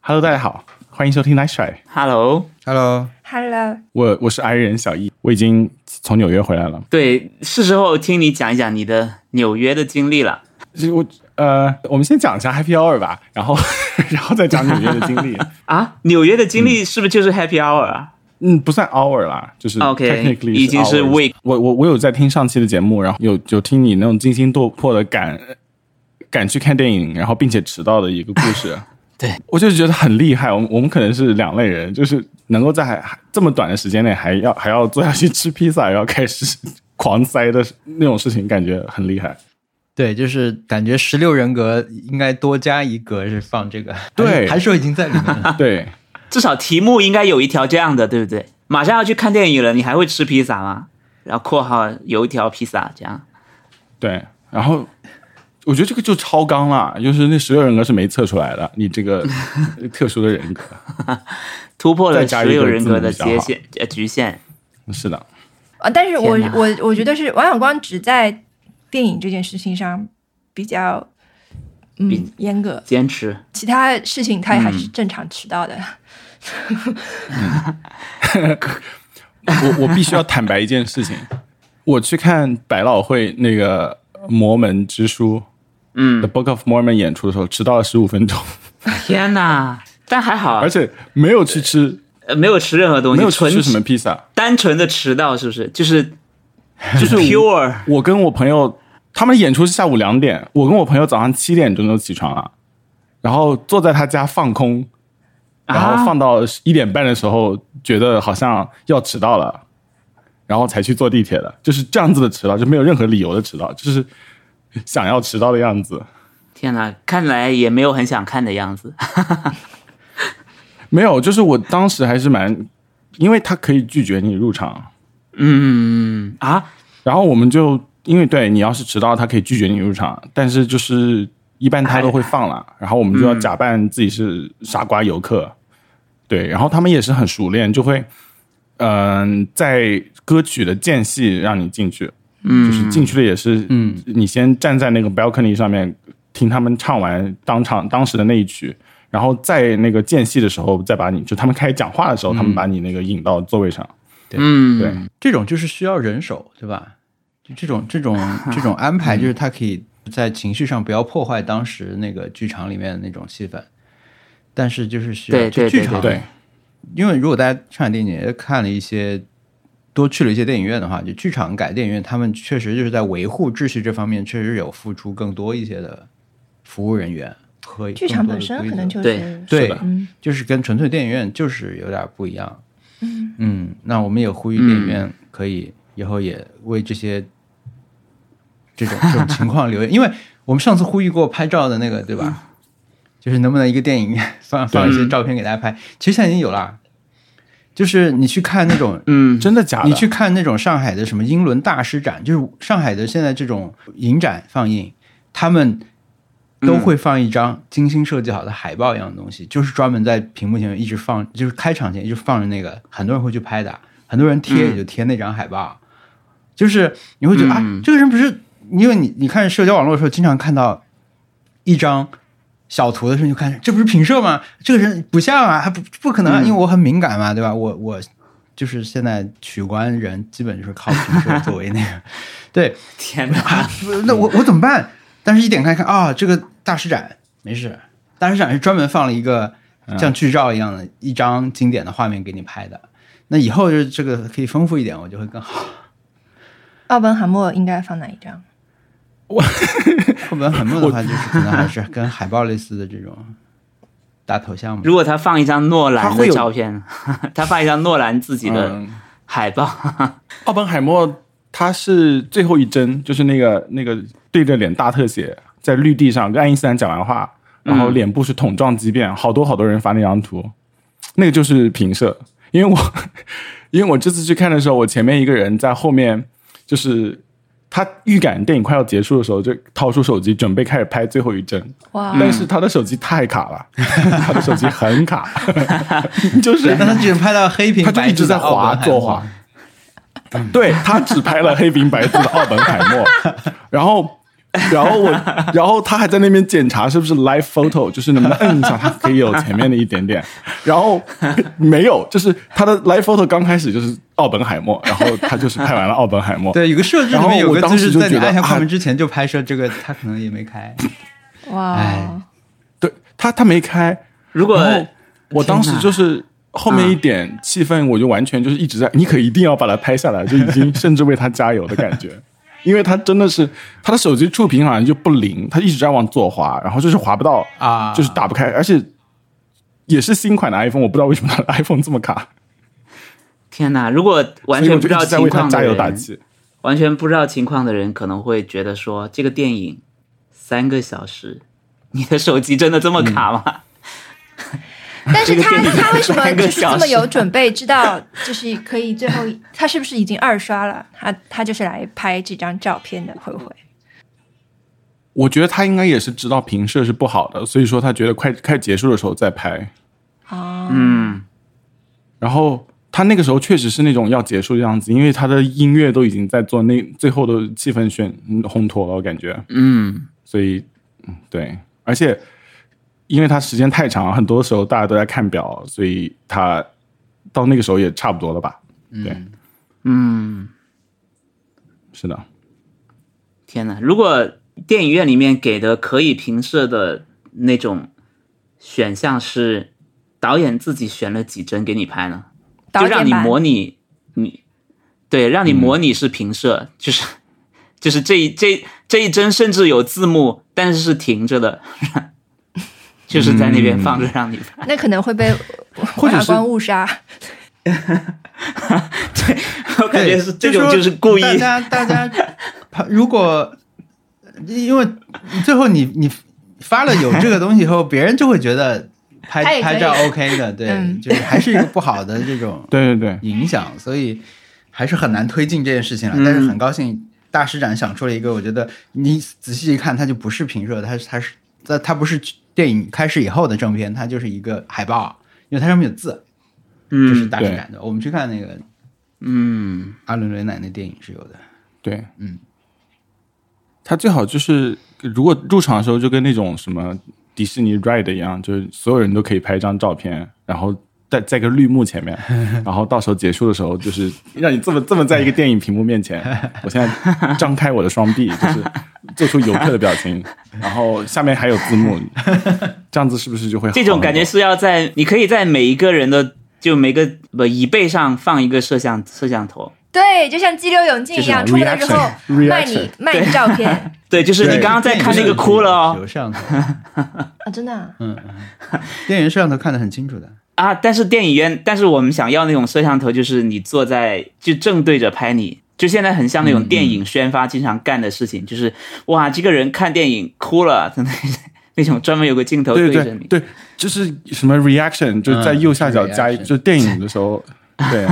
Hello，大家好，欢迎收听 Nice Try。 Hello， Hello， Hello，我我是 I 人小易，我已经从纽约回来了。对，是时候听你讲一讲你的纽约的经历了。其实我呃，我们先讲一下 Happy Hour 吧，然后 然后再讲纽约的经历。啊，纽约的经历是不是就是 Happy Hour 啊？嗯，不算 hour 啦，就是 OK， technically 已经是 hours week 我我我有在听上期的节目，然后有有听你那种惊心动魄的赶赶去看电影，然后并且迟到的一个故事。 对，我就是觉得很厉害。我们我们可能是两类人，就是能够在还还这么短的时间内还要还要坐下去吃披萨，然后开始狂塞的那种事情，感觉很厉害。对，就是感觉十六人格应该多加一格是放这个，对函数已经在里面了。对，至少题目应该有一条这样的，对不对？马上要去看电影了，你还会吃披萨吗？然后括号有一条披萨这样。对，然后我觉得这个就超纲了，就是那十六人格是没测出来的，你这个 特殊的人格突破再了加所一个有人格的字母界小号限呃局限，是的。啊，但是我天哪我我觉得是王小光只在电影这件事情上比较嗯比嗯严格，坚持。其他事情他还是正常迟到的。我我必须要坦白一件事情，我去看百老汇那个《摩门之书》嗯 The，Book of Mormon 演出的时候，迟到了十五分钟，天哪！但还好，而且没有去吃，呃啊没有吃任何东西，没有去纯吃什么披萨。单纯的迟到，是不是？就是 就是 pure 我跟我朋友，他们演出是下午两点，我跟我朋友早上七点钟就起床了，然后坐在他家放空，然后啊放到一点半的时候，觉得好像要迟到了，然后才去坐地铁的，就是这样子的迟到，就没有任何理由的迟到，就是想要迟到的样子。天哪，看来也没有很想看的样子。没有，就是我当时还是蛮，因为他可以拒绝你入场，嗯啊，然后我们就因为对你要是迟到，他可以拒绝你入场，但是就是一般他都会放了，然后我们就要假扮自己是傻瓜游客，对，然后他们也是很熟练，就会嗯、在歌曲的间隙让你进去，嗯，就是进去的也是，嗯，你先站在那个 balcony 上面听他们唱完当场当时的那一曲。然后在那个间隙的时候，再把你就他们开始讲话的时候，他们把你那个引到座位上。嗯，对， 这种就是需要人手，对吧？就这种 这种这种安嗯排，就是它可以在情绪上不要破坏当时那个剧场里面的那种气氛，但是就是需要对就对剧对场对，因为如果大家上海电影节看了一些，多去了一些电影院的话，就剧场改电影院，他们确实就是在维护秩序这方面，确实有付出更多一些的服务人员和剧场本身可能就是是对是的嗯就是跟纯粹电影院就是有点不一样。嗯那我们也呼吁电影院可以以后也为这些这种这种情况留言，因为我们上次呼吁过拍照的那个，对吧？就是能不能一个电影院放放一些照片给大家拍？其实现在已经有了，就是你去看那种嗯，真的假的？你去看那种上海的什么英伦大师展，就是上海的现在这种影展放映，他们都会放一张精心设计好的海报一样的东西，就是专门在屏幕前面一直放，就是开场前一直放着那个，很多人会去拍的，啊很多人贴也就贴那张海报，就是你会觉得、啊，这个人不是，因为你你看社交网络的时候，经常看到一张。小图的时候你就看，这不是平射吗？这个人不像啊，还不不可能啊，因为我很敏感嘛，对吧？我我就是现在取关人基本就是靠平射作为那个，对，天哪，不 那我我怎么办？但是一点开看啊、这个大师展没事，大师展是专门放了一个嗯像剧照一样的、一张经典的画面给你拍的。那以后就是这个可以丰富一点，我就会更好。奥本海默应该放哪一张？后本很 木的话，就是可能还是跟海报类似的这种大头像嘛。如果他放一张诺他兰会的有照片，他放一张诺兰自己的嗯海报，奥本海默他是最后一帧，就是那个那个对着脸大特写，在绿地上跟爱因斯坦讲完话，然后脸部是桶状畸变，好多好多人发那张图，那个就是平射。因为我 因为我这次去看的时候，我前面一个人在后面，就是他预感电影快要结束的时候，就掏出手机准备开始拍最后一帧，哇，嗯但是他的手机太卡了，他的手机很卡， 就是 但他只能拍到黑屏他白就一直字的在奥本滑海左 默滑。 对他只拍了黑屏白字的奥本海默，然后然后我，然后他还在那边检查是不是 live photo，就是能不能摁一下，它可以有前面的一点点。然后没有，就是他的 live photo 刚开始就是奥本海默，然后他就是拍完了奥本海默。对，有个设置里面有个然后我就当是时就在你觉得按下啊快门之前就拍摄这个，他可能也没开。哎哇，哦对他，他没开。如果然后我当时就是后面一嗯点气氛，我就完全就是一直在，你可一定要把它拍下来，就已 经甚至为他加油的感觉。因为他真的是他的手机触屏好像就不灵，他一直在往左滑，然后就是滑不到啊就是打不开，而且也是新款的 iPhone，我不知道为什么它的 iPhone 这么卡，天哪，如果所完以全我不就一知道直在情为他况的加油打人，气。完全不知道情况的人可能会觉得说，这个电影三个小时，你的手机真的这么嗯卡吗？ 但这是他个电影他为什么三个就是小这时么有准备，知道就是可以最后他是不是已经二刷了？他他就是来拍这张照片的，会不会？我觉得他应该也是知道平射是不好的，所以说他觉得快快结束的时候再拍。哦，嗯，然后他那个时候确实是那种要结束的样子，因为他的音乐都已经在做那最后的气氛渲嗯烘托了，我感觉。嗯，所以，嗯，对，而且因为他时间太长，很多时候大家都在看表，所以他到那个时候也差不多了吧？对，嗯，是的，天哪！如果电影院里面给的可以平射的那种选项是导演自己选了几帧给你拍呢？导就让演你版模拟你，对，让你模拟是平射，就是就是这一这这一帧甚至有字幕，但是是停着的， 就是在那边放着让你拍。那可能会被或者法是官误杀。 我感觉是这种说就是故意大 家大家怕，如果因为最后你你发了有这个东西 以后，别人就会觉得拍他也可以拍照 OK 的，对，嗯就是还是一个不好的这种对对对，影响，所以还是很难推进这件事情了。嗯但是很高兴大师长想出了一个，我觉得你仔细一看，它就不是平射，它是它是它它不是电影开始以后的正片，它就是一个海报，因为它上面有字，这是嗯大师对长的。我们去看那个嗯，阿伦雷乃那电影是有的。对，嗯，他最好就是如果入场的时候就跟那种什么迪士尼 ride 一样，就是所有人都可以拍一张照片，然后在在个绿幕前面，然后到时候结束的时候，就是让你这么这么在一个电影屏幕面前，我现在张开我的双臂，就是做出游客的表情，然后下面还有字幕，这样子是不是就会好这种感觉很多？是要在你可以在每一个人的就每个不椅背上放一个摄像摄像头。对，就像激流勇进一样，就是出 reaction，来之后卖你 reaction 卖你照片啊、对，就是你刚刚在看那个哭了哦有摄像头，真的 啊、电影摄像头看得很清楚的。啊！但是电影院，但是我们想要那种摄像头，就是你坐在就正对着拍你，就现在很像那嗯种电影宣发经常干的事情，就是哇，这个人看电影哭了，真的那种专门有个镜头哦对对着对你，对，就是什么 reaction，就是在右下角加一，嗯，reaction 就是电影的时候，对，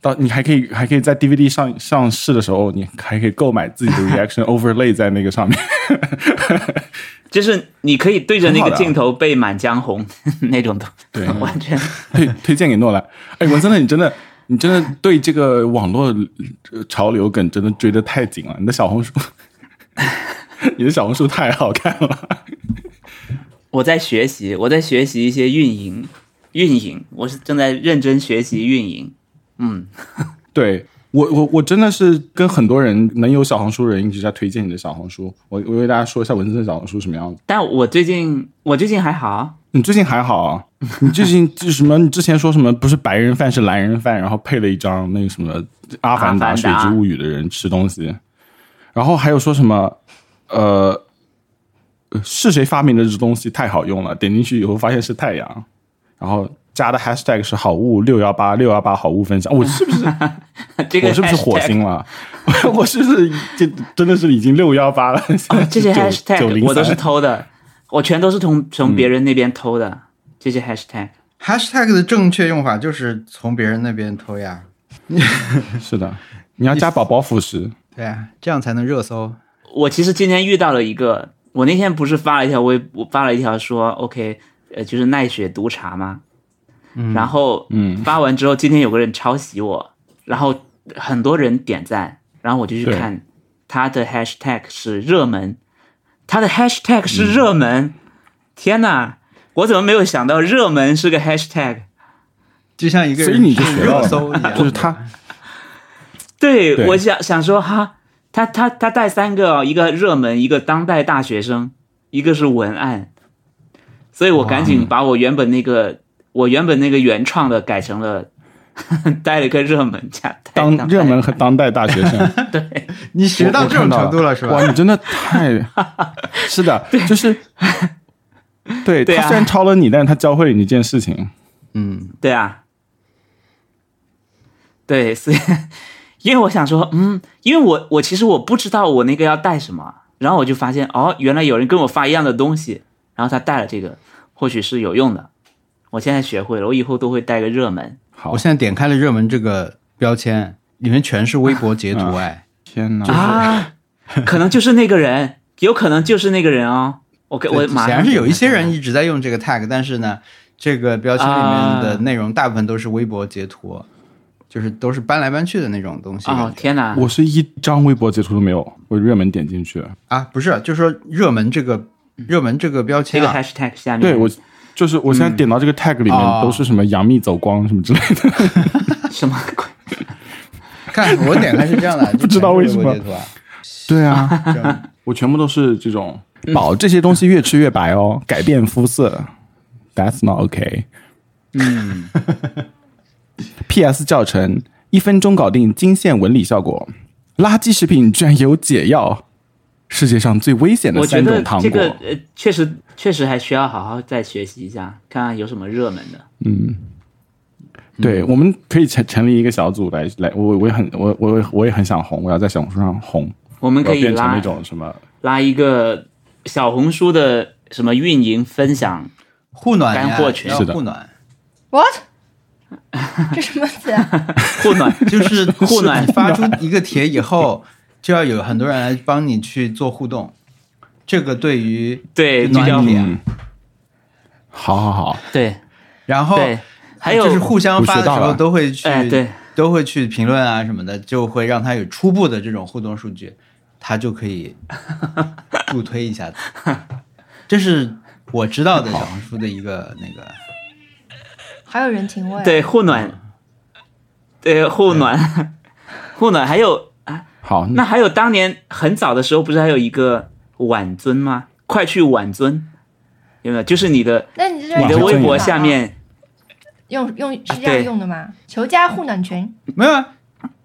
到你还可以还可以在 DVD 上上市的时候，你还可以购买自己的 reaction overlay 在那个上面。 就是你可以对着那很好个的啊镜头背《满江红》 那种东，对 完全推推荐给诺兰。哎，文森特，你真的你真的对这个网络呃潮流梗真的追得太紧了，你的小红书， 你的小红书太好看了。我在学习，我在学习一些运营，运营，我是正在认真学习运营。嗯，对我，我我真的是跟很多人能有小红书的人一直在推荐你的小红书。我我为大家说一下文森特小红书什么样子。但我最近我最近还好，你最近还好啊？ 你最近就什么？你之前说什么不是白人饭是蓝人饭，然后配了一张那个什么《 阿凡达阿：凡水达之物语》的人吃东西，然后还有说什么呃呃是谁发明的这东西太好用了？点进去以后发现是太阳，然后加的 hashtag 是好物六幺八六幺八好物分享，我 是不是这个我是不是 hashtag 火星了？ 我是不是这真的是已经六幺八了？哦这 些九 hashtag 零我都是三。偷的，我全都是从从别人那边偷的、这些 hashtag。 hashtag 的正确用法就是从别人那边偷呀，是 的，你要加宝宝辅 食。对呀、这样才能热搜。我其实今天遇到了一个，我那天不是发了一条微，我发了一条说 OK，呃，就是奈雪毒茶嘛，然后嗯发完之后，今天有个人抄袭我，然后很多人点赞，然后我就去对看他的 hashtag 是热门，它的 hashtag 是嗯热门，天哪，我怎么没有想到热门是个 hashtag？就像一个所以你就人学到热搜一了，样，就是他，对，对我想想说哈，他他他带三个、哦，一个热门，一个当代大学生，一个是文案，所以我赶紧把我原本那个我原本那个原创的改成了 带了一个热门加带当代热门和当代大学生，你学到这种程度了了是吧 哇，？你真的太是的，就是对对啊他虽然超了你，但是他教会了你一件事情。嗯，对啊，对，所以因为我想说，嗯，因为我我其实我不知道我那个要带什么，然后我就发现哦，原来有人跟我发一样的东西，然后他带了这个，或许是有用的。我现在学会了，我以后都会带个热门。好我，现在点开了热门这个标签，里面全是微博截图哎，天哪！啊，可能就是那个人，有可能就是那个人哦。我给我对马显上然是有一些点开人一直在用这个 tag，但是呢，这个标签里面的内容大部分都是微博截图，就是都是搬来搬去的那种东西哦，天哪！我是一张微博截图都没有，我热门点进去了。啊，不是，就是说热门这个热门这个标这签个啊， hashtag 下面对我就是我现在点到这个 tag 里哦面都是什么杨幂走光什么之类的，什么鬼？看我点开是这样 的，就不知道为什么全是微博截对啊，图啊这样，我全部都是这种宝，这些东西越吃越白哦，改变肤色，That's not okay。嗯，P.S. 教程一分钟搞定经线纹理效果，垃圾食品居然有解药，世界上最危险的我觉三得种糖这果。个呃，确实确实还需要好好再学习一下，看看有什么热门的。对，我们可以成成立一个小组来来，我我也很我我我也很想红，我要在小红书上红，我们我要可以变成那拉种什么拉一个小红书的什么运营分享，护暖呀干货群要是的护暖 What？这什么词啊？互暖 就是护暖是你发出一个帖以后，就要有很多人来帮你去做互动，这个对于对暖这叫嗯点，好好好，对然后哦对，哎还有就是互相发的时我学到候了都会去，哎对，都会去评论啊什么的，就会让他有初步的这种互动数据，他就可以助推一下子。这是我知道的小红书的一个那个，还有人啊听我呀？对互暖，对互暖 互暖，还有好，那还有当年很早的时候，不是还有一个晚尊吗？快去晚尊，有没有？就是你的那你这你的是晚尊微博有下面，用用是这啊样对用的吗？求加护暖群，没有啊，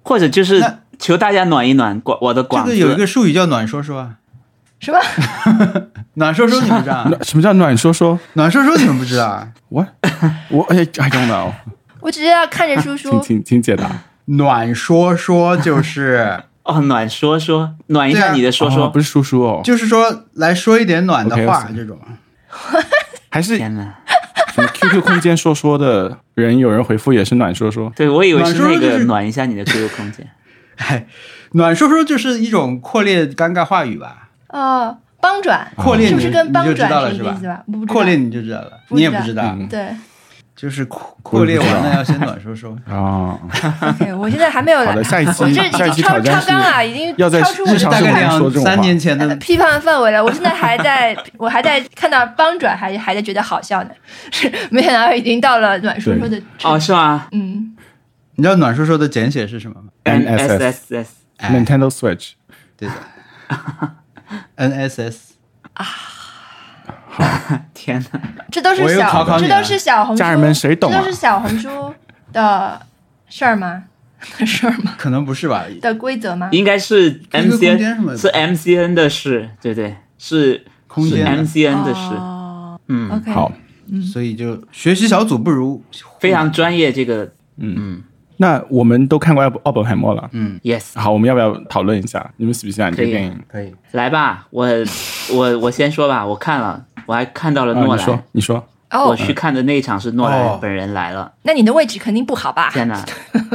或者就是那求大家暖一暖广我的这广个有一子，个术语叫暖说说啊，什么？暖说说你们不知道啊？那什么叫暖说说？ 暖说说你们不知道啊？我我哎，I don't know， 我只是要看着叔请叔，请请解答。 暖说说就是哦，暖说说暖一对下啊你的说说，哦不是叔叔哦，就是说来说一点暖的 OK，话我这种啊。还是天哪！什么 QQ 空间说说的人，有人回复也是暖说说。对，我以为是那暖说说就个是暖一下你的 QQ 空 间。哎，暖说说就是一种扩列尴尬话语吧？哦，帮转，啊扩列是不你是跟帮你就知道转了是一是个吧意思吧？我不知道扩列你就知道了，不知道你也不知道，嗯对就是扩扩列完了要先暖 说说。啊， ，OK，我现在还没有好来的，，下一期我这已下一期经挑超战超纲了，是已经要在超出我的日常大生概活批判中两说这种话三年前嗯的，呃批判氛围了。我现在 还在，我还在看到帮转还还在觉得好笑呢， 是没想到已经到了暖叔叔的哦，是吗嗯，你知道暖说说的简写是什么吗 NSS S S，哎， Nintendo Switch，对的，NSS。天哪！这都哦我是又考考小你这了都是小红书，家人们谁懂啊这都是小红书的事 儿吗？的事儿吗？可能不是吧？的规则吗？应该是 QQ 空间 MCN 什么的是 MCN 的事，对对，是空是间的 MCN 的事，哦嗯， ，OK，好，所以就学习小组不如非常专业。这个那我们都看过奥本《奥本海默》了。 yes，好，我们要不要讨论一下？你们喜不喜欢这个可以电影？可以。来吧，我我我先说吧，我看了，我还看到了啊，诺你说兰，，你说，我哦，去看的那一场是诺哦兰本人来了，那你的位置肯定不好吧？天哪，哎，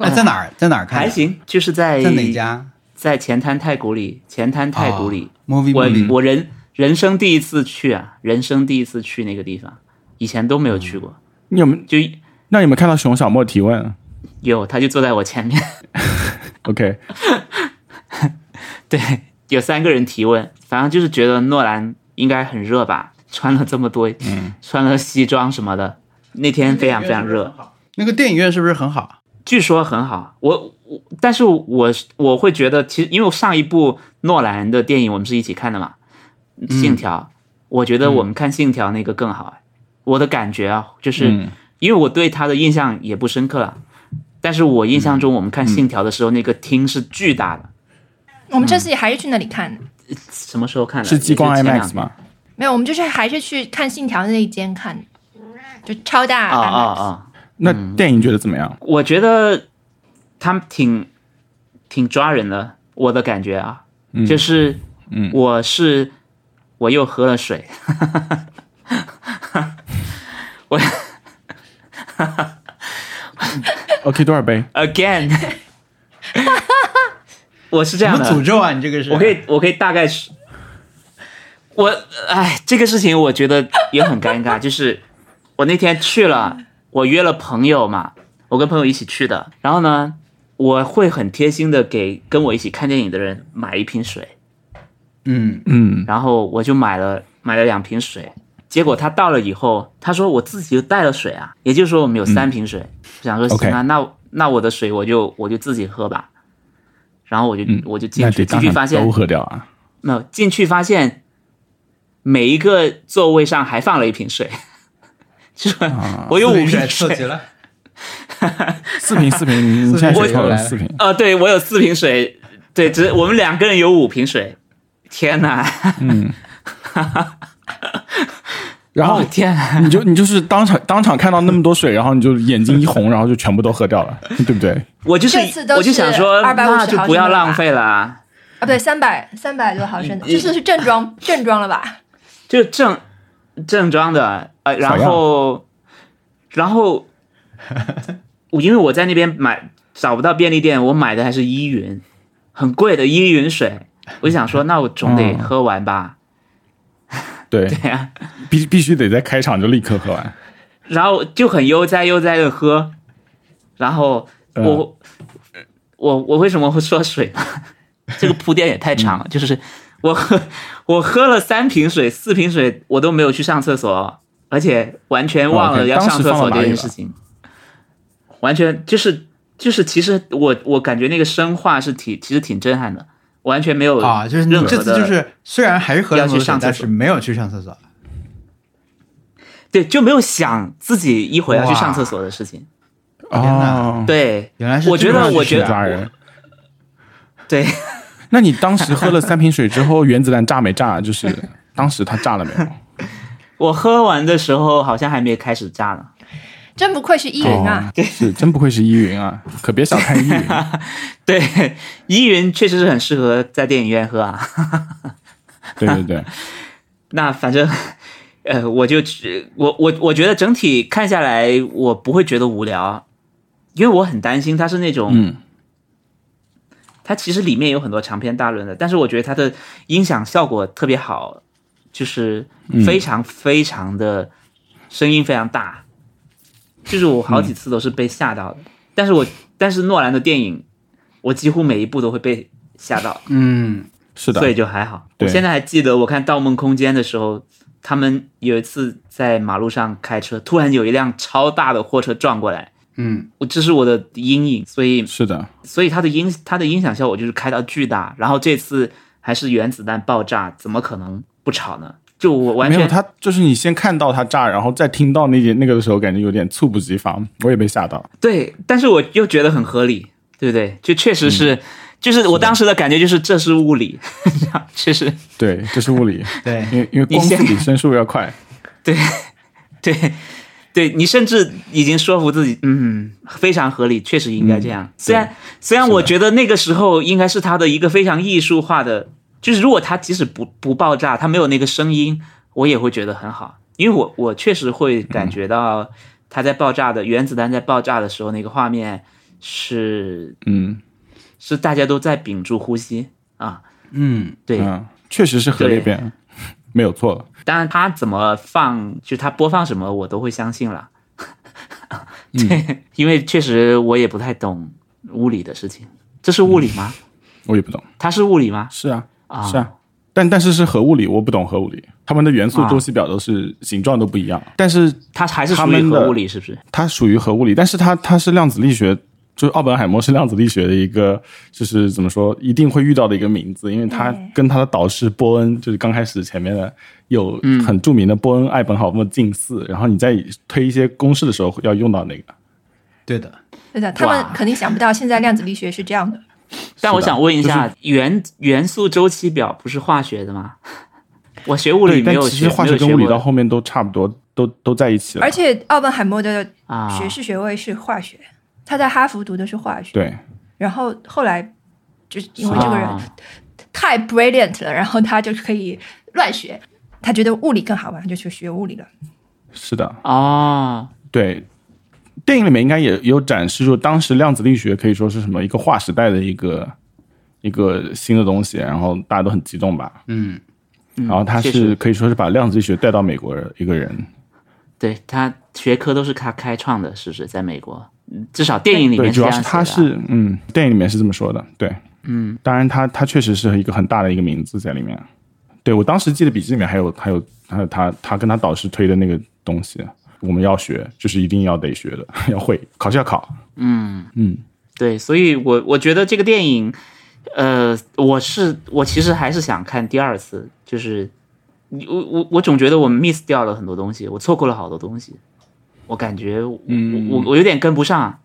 嗯在哪儿？在哪儿看？还，行，就是在在哪家？在前滩太古里，前滩太古里，哦 Movie 我 Movie 我人人生第一次去啊，人生第一次去那个地方，以前都没有去过，你有没有就那有没有看到熊小莫提问有他就坐在我前面。 ？OK，对，有三个人提问，反正就是觉得诺兰应该很热吧，穿了这么多，穿了西装什么的，那天非常非常热。那个电影院是不是很好？据说很好。我我，但是我我会觉得，其实因为上一部诺兰的电影我们是一起看的嘛，嗯《信条》我觉得我们看《信条》那个更好。哎我的感觉啊，就是嗯因为我对他的印象也不深刻了，但是我印象中嗯我们看《信条》的时候，那个厅是巨大的。我们这次也还是去那里看的，什么时候看的？是激光啊也前两 IMAX 天吗？没有，我们就是还是去看《信条》那一间看的，就超大啊啊啊！那电影觉得怎么样？我觉得他们挺挺抓人的，我的感觉啊，就是，嗯我是我又喝了水，我 OK，多少杯？ again，我是这什样么的，诅咒啊？你这个是？我可以，我可以大概是，我哎，这个事情我觉得也很尴 尬。就是我那天去了，我约了朋友嘛，我跟朋友一起去的。然后呢，我会很贴心的给跟我一起看电影的人买一瓶水，嗯，嗯，然后我就买了买了两瓶水。结果他到了以后，他说我自己就带了水啊，也就是说我们有三瓶水。我想说嗯 OK 行啊，那那我的水我就我就自己喝吧。然后我就、我就进嗯那去，得进当去发场现都喝掉啊！没有进去发现，每一个座位上还放了一瓶水， 就是啊我有五瓶水水凑齐了。四瓶，四 瓶，你现在四瓶水错我了，四瓶。呃，对我有四瓶水，对，只我们两个人有五瓶水，天哪！然后嗯哦天啊，你就你就是当场当场看到那么多水，然后你就眼睛一红，然后就全部都喝掉了，对不对？我就是这次都我就想说，是250那就不要毫升的吧浪费了啊，啊，不对，三百三百多毫升的，这次是正装正装了吧？就正正装的，呃，小样然后然后我因为我在那边买找不到便利店，我买的还是依云，很贵的依云水，我就想说，那我总得嗯喝完吧，对，对呀、必必须得在开场就立刻喝完。然后就很悠哉悠哉的喝，然后我、嗯我我为什么会说水呢？ 这个铺垫也太嗯长了，就是我喝我喝了三瓶水、四瓶水，我都没有去上厕所，而且完全忘哦了，OK，要上厕当时放所这件到哪里了事情，完全就是就是，其实我我感觉那个生化是挺其实挺震撼的，完全没有啊，就是你任何这次的就是虽然还是喝了那要么多去水上，厕所但是没有去上厕所。对就没有想自己一会儿要去哇上厕所的事情，哦，对，原来是我觉得这种我觉是得抓人。对。那你当时喝了三瓶水之后，原子弹炸没炸？就是当时它炸了没有？ 我喝完的时候好像还没开始炸呢。真不愧是依云啊！哦，是真不愧是依云啊，可别小看依 云。对，依云确实是很适合在电影院喝啊。对对对，那反正，呃，我就只我我我觉得整体看下来，我不会觉得无聊，啊因为我很担心它是那种，嗯它其实里面有很多长篇大论的，但是我觉得它的音响效果特别好，就是嗯非常非常的声音非常大，就是我好几嗯次都是被吓到的。但是我但是诺兰的电影，我几乎每一部都会被吓到。嗯，是的所，以就还好。对我现在还记得，我看《盗梦空间》的时候，他们有一次在马路上开车，突然有一辆超大的货车撞过来，嗯，我这是我的阴影。所以，是的，所以它的音它的音响效果就是开到巨大，然后这次还是原子弹爆炸，怎么可能不吵呢？就我完没有全它就是你先看到它炸，然后再听到那点那个的时候，感觉有点猝不及防，我也被吓到。对，但是我又觉得很合理，对不对？就确实嗯是，就是我当时的感觉就是这是物理， 确实。对，这是物理，对，因为因为光你速先比声速要快。 对，对你甚至已经说服自己，嗯，非常合理，确实应该这样。虽然虽然我觉得那个时候应该是他的一个非常艺术化的，就是如果他即使不不爆炸，他没有那个声音，我也会觉得很好，因为我我确实会感觉到他在爆炸的、原子弹在爆炸的时候那个画面是嗯是大家都在屏住呼吸啊，嗯，对，嗯，确实是核裂变， 没有错。当然，他怎么放，就他播放什么，我都会相信了。嗯 对，因为确实我也不太懂物理的事情。这是物理吗？我也不懂。它是物理吗？是啊，啊是啊，但但是是核物理，我不懂核物理，他们的元素周期表都是形状都不一样，啊但是它还是他属于们的核物理，是不是？它属于核物理，但是它它是量子力学，就是奥本海默是量子力学的一个，就是怎么说一定会遇到的一个名字，因为他对跟他的导师波恩，就是刚开始前面的有很著名的波恩艾本豪默近似，然后你在推一些公式的时候要用到那个。对的，对的，他们哇肯定想不到现在量子力学是 这样的。但我想问一下，元元素周期表不是化学的吗？ 我学物理对，没但有其学，实化没学有跟学物理过到后面都差不多，都都在一起了而。且奥本海默的啊，学士学位是化学，他在哈佛读的是化学，对，然后后来就是因为这个人啊太 brilliant 了，然后他就可以乱学，他觉得物理更好玩，他就去学物理了。是的，哦，对。电影里面应该也有展示，就当时量子力学可以说是什么一个划时代的一个一个新的东西，然后大家都很激动吧。嗯，嗯然后他确实是可以说是把量子力学带到美国的一个人，对他学科都是他开创的，是不是？在美国，嗯至少电影里对，面主这要样是写的他啊是嗯，电影里面是这么说的，对，嗯，当然他他确实是一个很大的一个名字在里面，对我当时记得笔记里面还有还有还有他他跟他导师推的那个东西，我们要学，就是一定要得学的， 要会，考试要考，对，所以我我觉得这个电影，呃，我是我其实还是想看第二次，就是你我我我总觉得我 miss 掉了很多东西，我错过了好多东西，我感觉我、我我有点跟不上，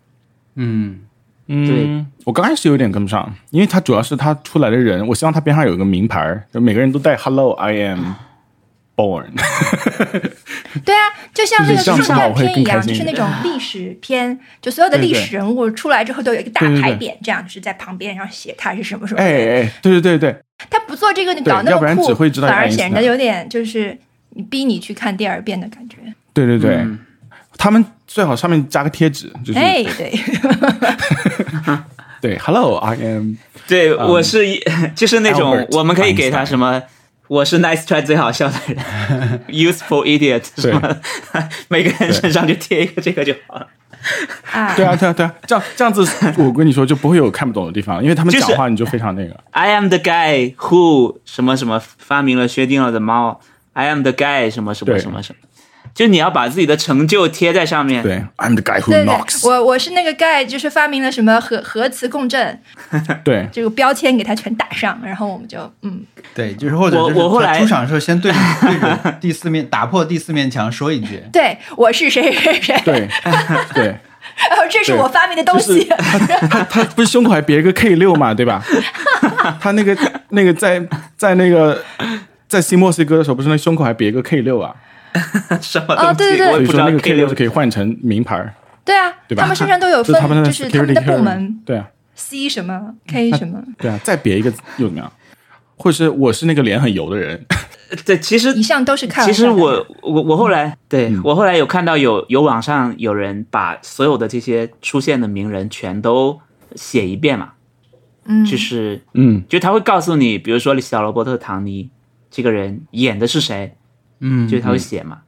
嗯，对，我刚开始有点跟不上，因为他主要是他出来的人，我希望他边上有一个名牌儿，就每个人都带 “Hello, I am born”，对啊，就像那个就是圣这样子诞我会片更一开样，心就是一那点种历史片，就所有的对历对史人物出来之后都有一个大对对牌对匾，这样就是在旁边，然后写他是什么什 么。哎哎，对对对对，他不做这个，你搞要那不然么只酷会知，道反爱而因斯显得坦有点就是你逼你去看第二遍的感觉。对对对，嗯他们最好上面加个贴纸，就是、哎，对，对，Hello, I am， 对，我是一 就是那种 Albert 我们可以给他 Einstein 什么。我是 nice try 最好笑的人，useful idiot 什么， 每个人身上就贴一个这个就好了。啊，对啊对啊对啊，这样这样子，我跟你说就不会有看不懂的地方，因为他们就是讲话你就非常那个， I am the guy who 什么什么发明了薛定谔的猫，I am the guy 什么什么对什么什么，就你要把自己的成就贴在上面。对，I'm the guy who 对对 knocks，我我是那个 guy，就是发明了什么核核磁共振对这个标签，给他全打上，然后我们就嗯，对，就是或者我就是我后他来出场的时候先对着对着第四面打破第四面墙说一句，对我是谁谁谁，对 对，然后这是我发明的东就是西，他他不是胸口还别了个 K 六嘛，对 吧？他那个那个在在那个在新墨西哥的时候，不是那胸口还别个 K 六啊， 什么哦东对西对对我所也以说不知道那个 K 六是可以。以换成名牌儿，对啊，对吧他们身上都 有就是分他们，的就是他们 security 的部 hero 门对啊， C 什么 K 什么，对啊，再别一个又怎么样？或者是我是那个脸很油的人，对，其实以上都是看。其实我我我后嗯来对、我后来有看到有有网上有人把所有的这些出现的名人全都写一遍嘛，嗯，就是嗯，就他会告诉你，比如说小罗伯特·唐尼这个人演的是谁，嗯，就是他会写嘛，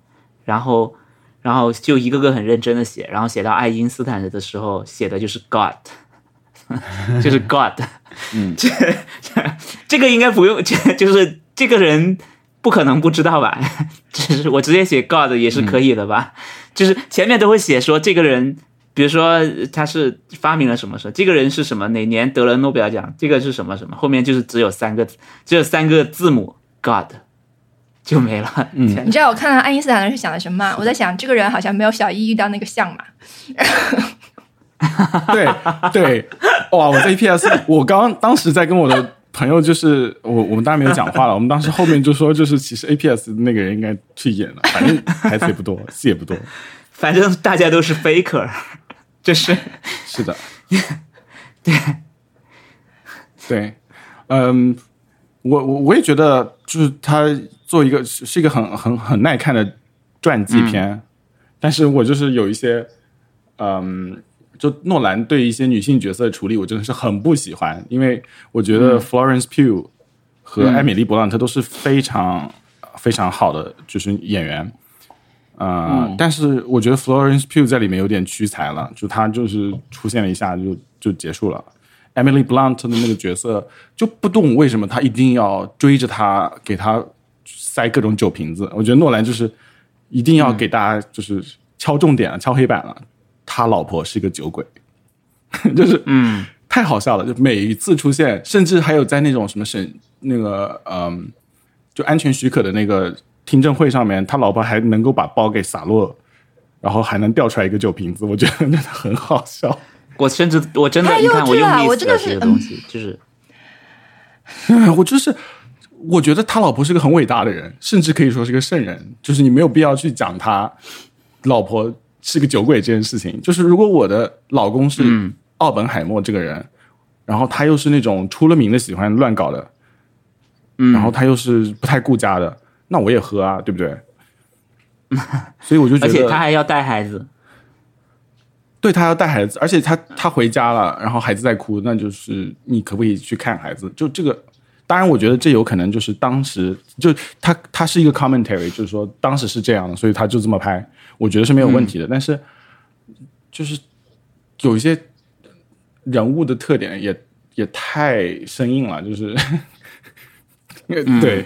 然后然后就一个个很认真的写，然后写到爱因斯坦的时候写的就是 God，就是 God，嗯， 这这这个应该不用，这就是这个人不可能不知道吧？ 就是我直接写 God 也嗯是可以的吧？就是前面都会写说这个人。比如说他是发明了什么事，这个人是什么，哪年得了诺贝尔奖，这个是什么什么，后面就是只有三个，只有三个字母 God 就没了。嗯，你知道我看到爱因斯坦的时候想的什么吗？我在想这个人好像没有小一遇到那个像嘛，对对，哇！我在 EPS，我刚当时在跟我的朋友，就是我我们当然没有讲 话了，我们当时后面就说，就是其实 APS 那个人应该去演了，反正台词也不多，戏也不多，反正大家都是 faker，就是是的，对对，嗯，我我我也觉得，就是他做一个是是一个很很很耐看的传记片，但是我就是有一些，嗯，就诺兰对一些女性角色的处理，我真的是很不喜欢，因为我觉得 Florence Pugh 和艾米丽·勃朗特都是非常、非常好的就是演员。呃，但是我觉得 Florence Pugh 在里面有点屈才了，就她就是出现了一下就就结束了。 Emily Blunt 的那个角色，就不懂为什么他一定要追着他，给他塞各种酒瓶子。我觉得诺兰就是一定要给大家就是敲重点了，敲黑板了。他老婆是个酒鬼， 就是嗯，太好笑了，就每一次出现，甚至还有在那种什么审那个嗯，就安全许可的那个听证会上面，他老婆还能够把包给洒落，然后还能掉出来一个酒瓶子，我觉得 真的很好笑。我甚至我真的太你幼看我稚用了 list 我真的是嗯这个东西，就是哎我就是我觉得他老婆是个很伟大的人，甚至可以说是个圣人，就是你没有必要去讲他老婆是个酒鬼这件事情。就是如果我的老公是奥本海默这个人，然后他又是那种出了名的喜欢乱搞的，然后他又是不太顾家的，那我也喝啊，对不 对？所以我就觉而得，且他还要带孩子，对他要带孩子，而且他他回家了，然后孩子在哭，那就是你可不可以去看孩子？就这个，当然我觉得这有可能就是当时就他他是一个 commentary，就是说当时是这样的，所以他就这么拍，我觉得是没有问题的。但是就是有一些人物的特点也也太生硬了，就是 对。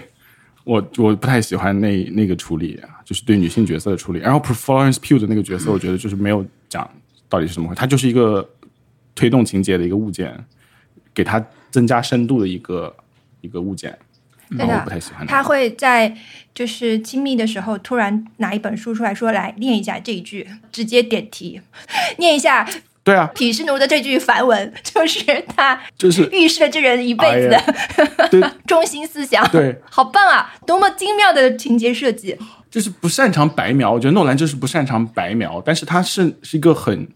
我我不太喜欢那那个处理啊，就是对女性角色的处理。然后 Florence Pugh 的那个角色，我觉得就是没有讲到底是怎么回事，它就是一个推动情节的一个物件，给它增加深度的一个一个物件。嗯然后我不太喜欢它。他会在就是亲密的时候，突然拿一本书出来说：“来念一下这一句，直接点题，念一下对啊，毗湿奴的这句梵文，就是他 就是预示了这人一辈子的、对 中心思想。”对，好棒啊！多么精妙的情节设计！就是不擅长白描。我觉得诺兰就是不擅长白描，但是他是是一个很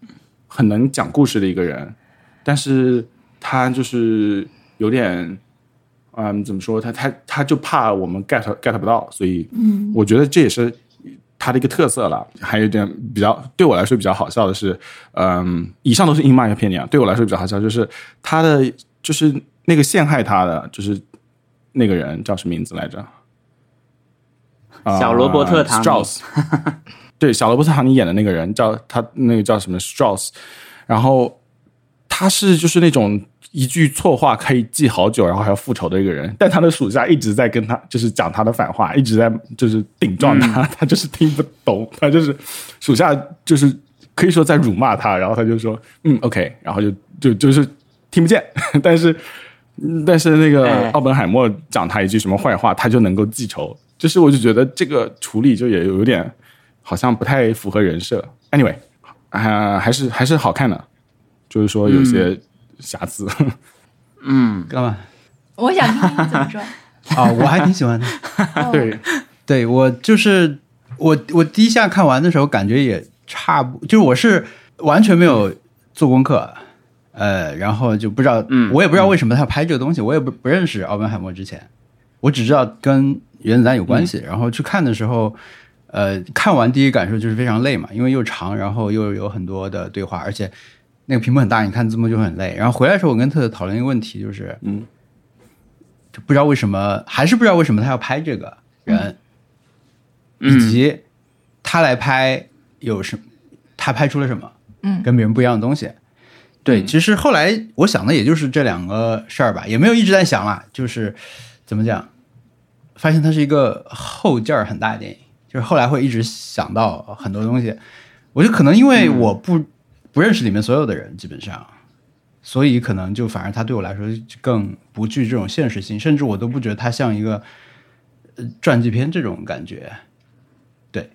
很能讲故事的一个人，但是他就是有点，嗯，怎么说？他他他就怕我们 get get 不到，所以，嗯，我觉得这也是他的一个特色了。还有一点比较对我来说比较好笑的是，嗯，以上都是英骂一个片啊，对我来说比较好笑就是他的就是那个陷害他的就是那个人叫什么名字来着？啊小罗伯特唐尼 Strauss，对，小罗伯特唐尼演的那个人叫他那个叫什么 Strauss，然后他是就是那种一句错话可以记好久，然后还要复仇的一个人，但他的属下一直在跟他就是讲他的反话，一直在就是顶撞他， 他就是听不懂，他就是属下就是可以说在辱骂他，然后他就说嗯 OK，然后就就就是听不见， 但是但是那哎个奥本海默讲他一句什么坏话，他就能够记仇，就是我就觉得这个处理就也有点好像不太符合人设。Anyway，啊、还是还是好看的，就是说有些瑕疵。 嗯干嘛？我想听听你怎么 说。哦啊、我还挺喜欢的。对，对我就是我，我第一下看完的时候感觉也差不，就是我是完全没有做功课，呃，然后就不知道，嗯，我也不知道为什么他拍这个东西，我也不不认识奥本海默之前，我只知道跟原子弹有关系，然后去看的时候。呃，看完第一感受就是非常累嘛，因为又长，然后又有很多的对话，而且那个屏幕很大，你看字幕就很累。然后回来的时候，我跟特特讨论一个问题，就是，嗯，就不知道为什么，还是不知道为什么他要拍这个人，以及他来拍有什么，他拍出了什么，嗯，跟别人不一样的东西。对，其实后来我想的也就是这两个事儿吧，也没有一直在想啦，就是怎么讲，发现它是一个后劲儿很大的电影，就是后来会一直想到很多东西。我就可能因为我不、不认识里面所有的人，基本上，所以可能就反而它对我来说就更不具这种现实性，甚至我都不觉得它像一个呃传记片这种感觉。对，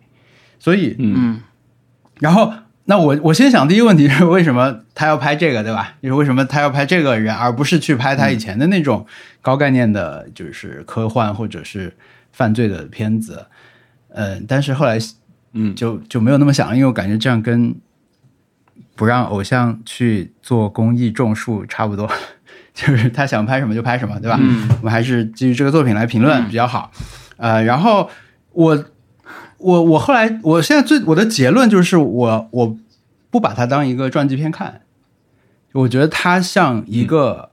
所以嗯，然后那我我先想第一个问题是为 什么他要拍这个，对吧？就是为什么他要拍这个人，而不是去拍他以前的那种高概念的，就是科幻或者是犯罪的片子。嗯，但是后来嗯就就没有那么想了，因为我感觉这样跟不让偶像去做公益种树差不多， 就是他想拍什么就拍什么，对吧？我们还是基于这个作品来评论比较好。呃，然后我我我后来我现在最我的结论就是我我不把它当一个传记片看，我觉得它像一个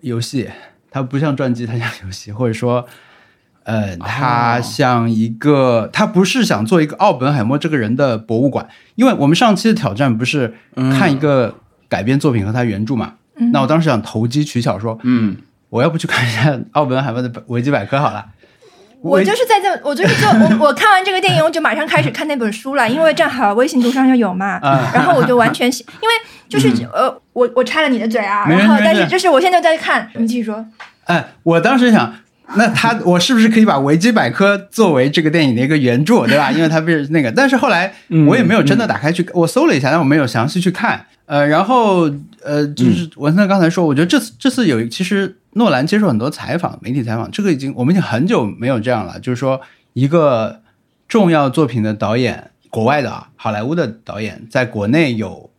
游戏，它不像传记，它像游戏，或者说。呃，它像一个，它不是想做一个奥本海默这个人的博物馆，因为我们上期的挑战不是看一个改编作品和它原著嘛，那我当时想投机取巧说，嗯，我要不去看一下奥本海默的维基百科好了。我维就是在这，我就是做我我看完这个电影，我就马上开始看那本书了，因为正好微信读上就有嘛。啊嗯然后我就完全喜，因为就是、呃，我我插了你的嘴啊，没事然后没事但是就是我现在就在看，你继续说。哎，我当时想，那他我是不是可以把维基百科作为这个电影的一个原著，对吧？因为它不是那个，但是后来我也没有真的打开去，我搜了一下，但我没有详细去看。呃，然后呃，就是文森特刚才说，我觉得这次这次有一其实诺兰接受很多采访，媒体采访，这个已经我们已经很久没有这样了，就是说一个重要作品的导演，国外的啊，好莱坞的导演，在国内有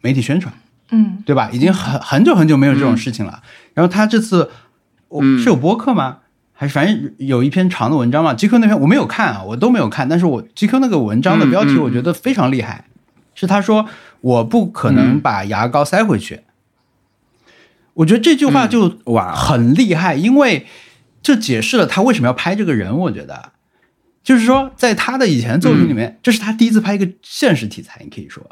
媒体宣传。嗯，对吧？已经很很久很久没有这种事情了。然后他这次，我、嗯是有播客吗？还是反正有一篇长的文章嘛？GQ 那篇我没有看啊，我都没有看。但是我 GQ 那个文章的标题嗯嗯我觉得非常厉害，是他说我不可嗯能把牙膏塞回去。我觉得这句话嗯就哇很厉害，因为这解释了他为什么要拍这个人。我觉得，就是说，在他的以前的作嗯品里面，这是他第一次拍一个现实题材，你可以说，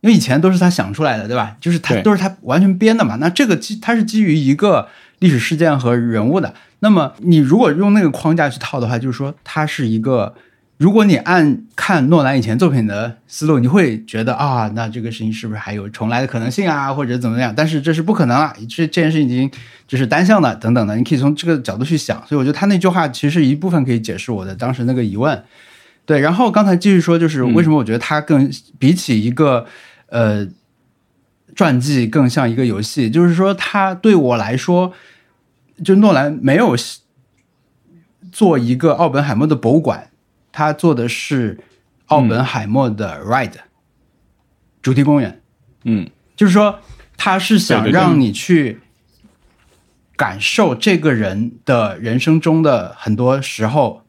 因为以前都是他想出来的，对吧？就是他对都是他完全编的嘛。那这个基他是基于一个历史事件和人物的。那么你如果用那个框架去套的话，就是说它是一个，如果你按看诺兰以前作品的思路，你会觉得啊，那这个事情是不是还有重来的可能性啊，或者怎么样？但是这是不可能啊，这这件事已经就是单向的等等的，你可以从这个角度去想。所以我觉得他那句话其实一部分可以解释我的当时那个疑问。对，然后刚才继续说，就是为什么我觉得它更、比起一个呃传记更像一个游戏，就是说它对我来说，就诺兰没有做一个奥本海默的博物馆，他做的是奥本海默的 ride、主题公园。嗯，就是说他是想对对对让你去感受这个人的人生中的很多时候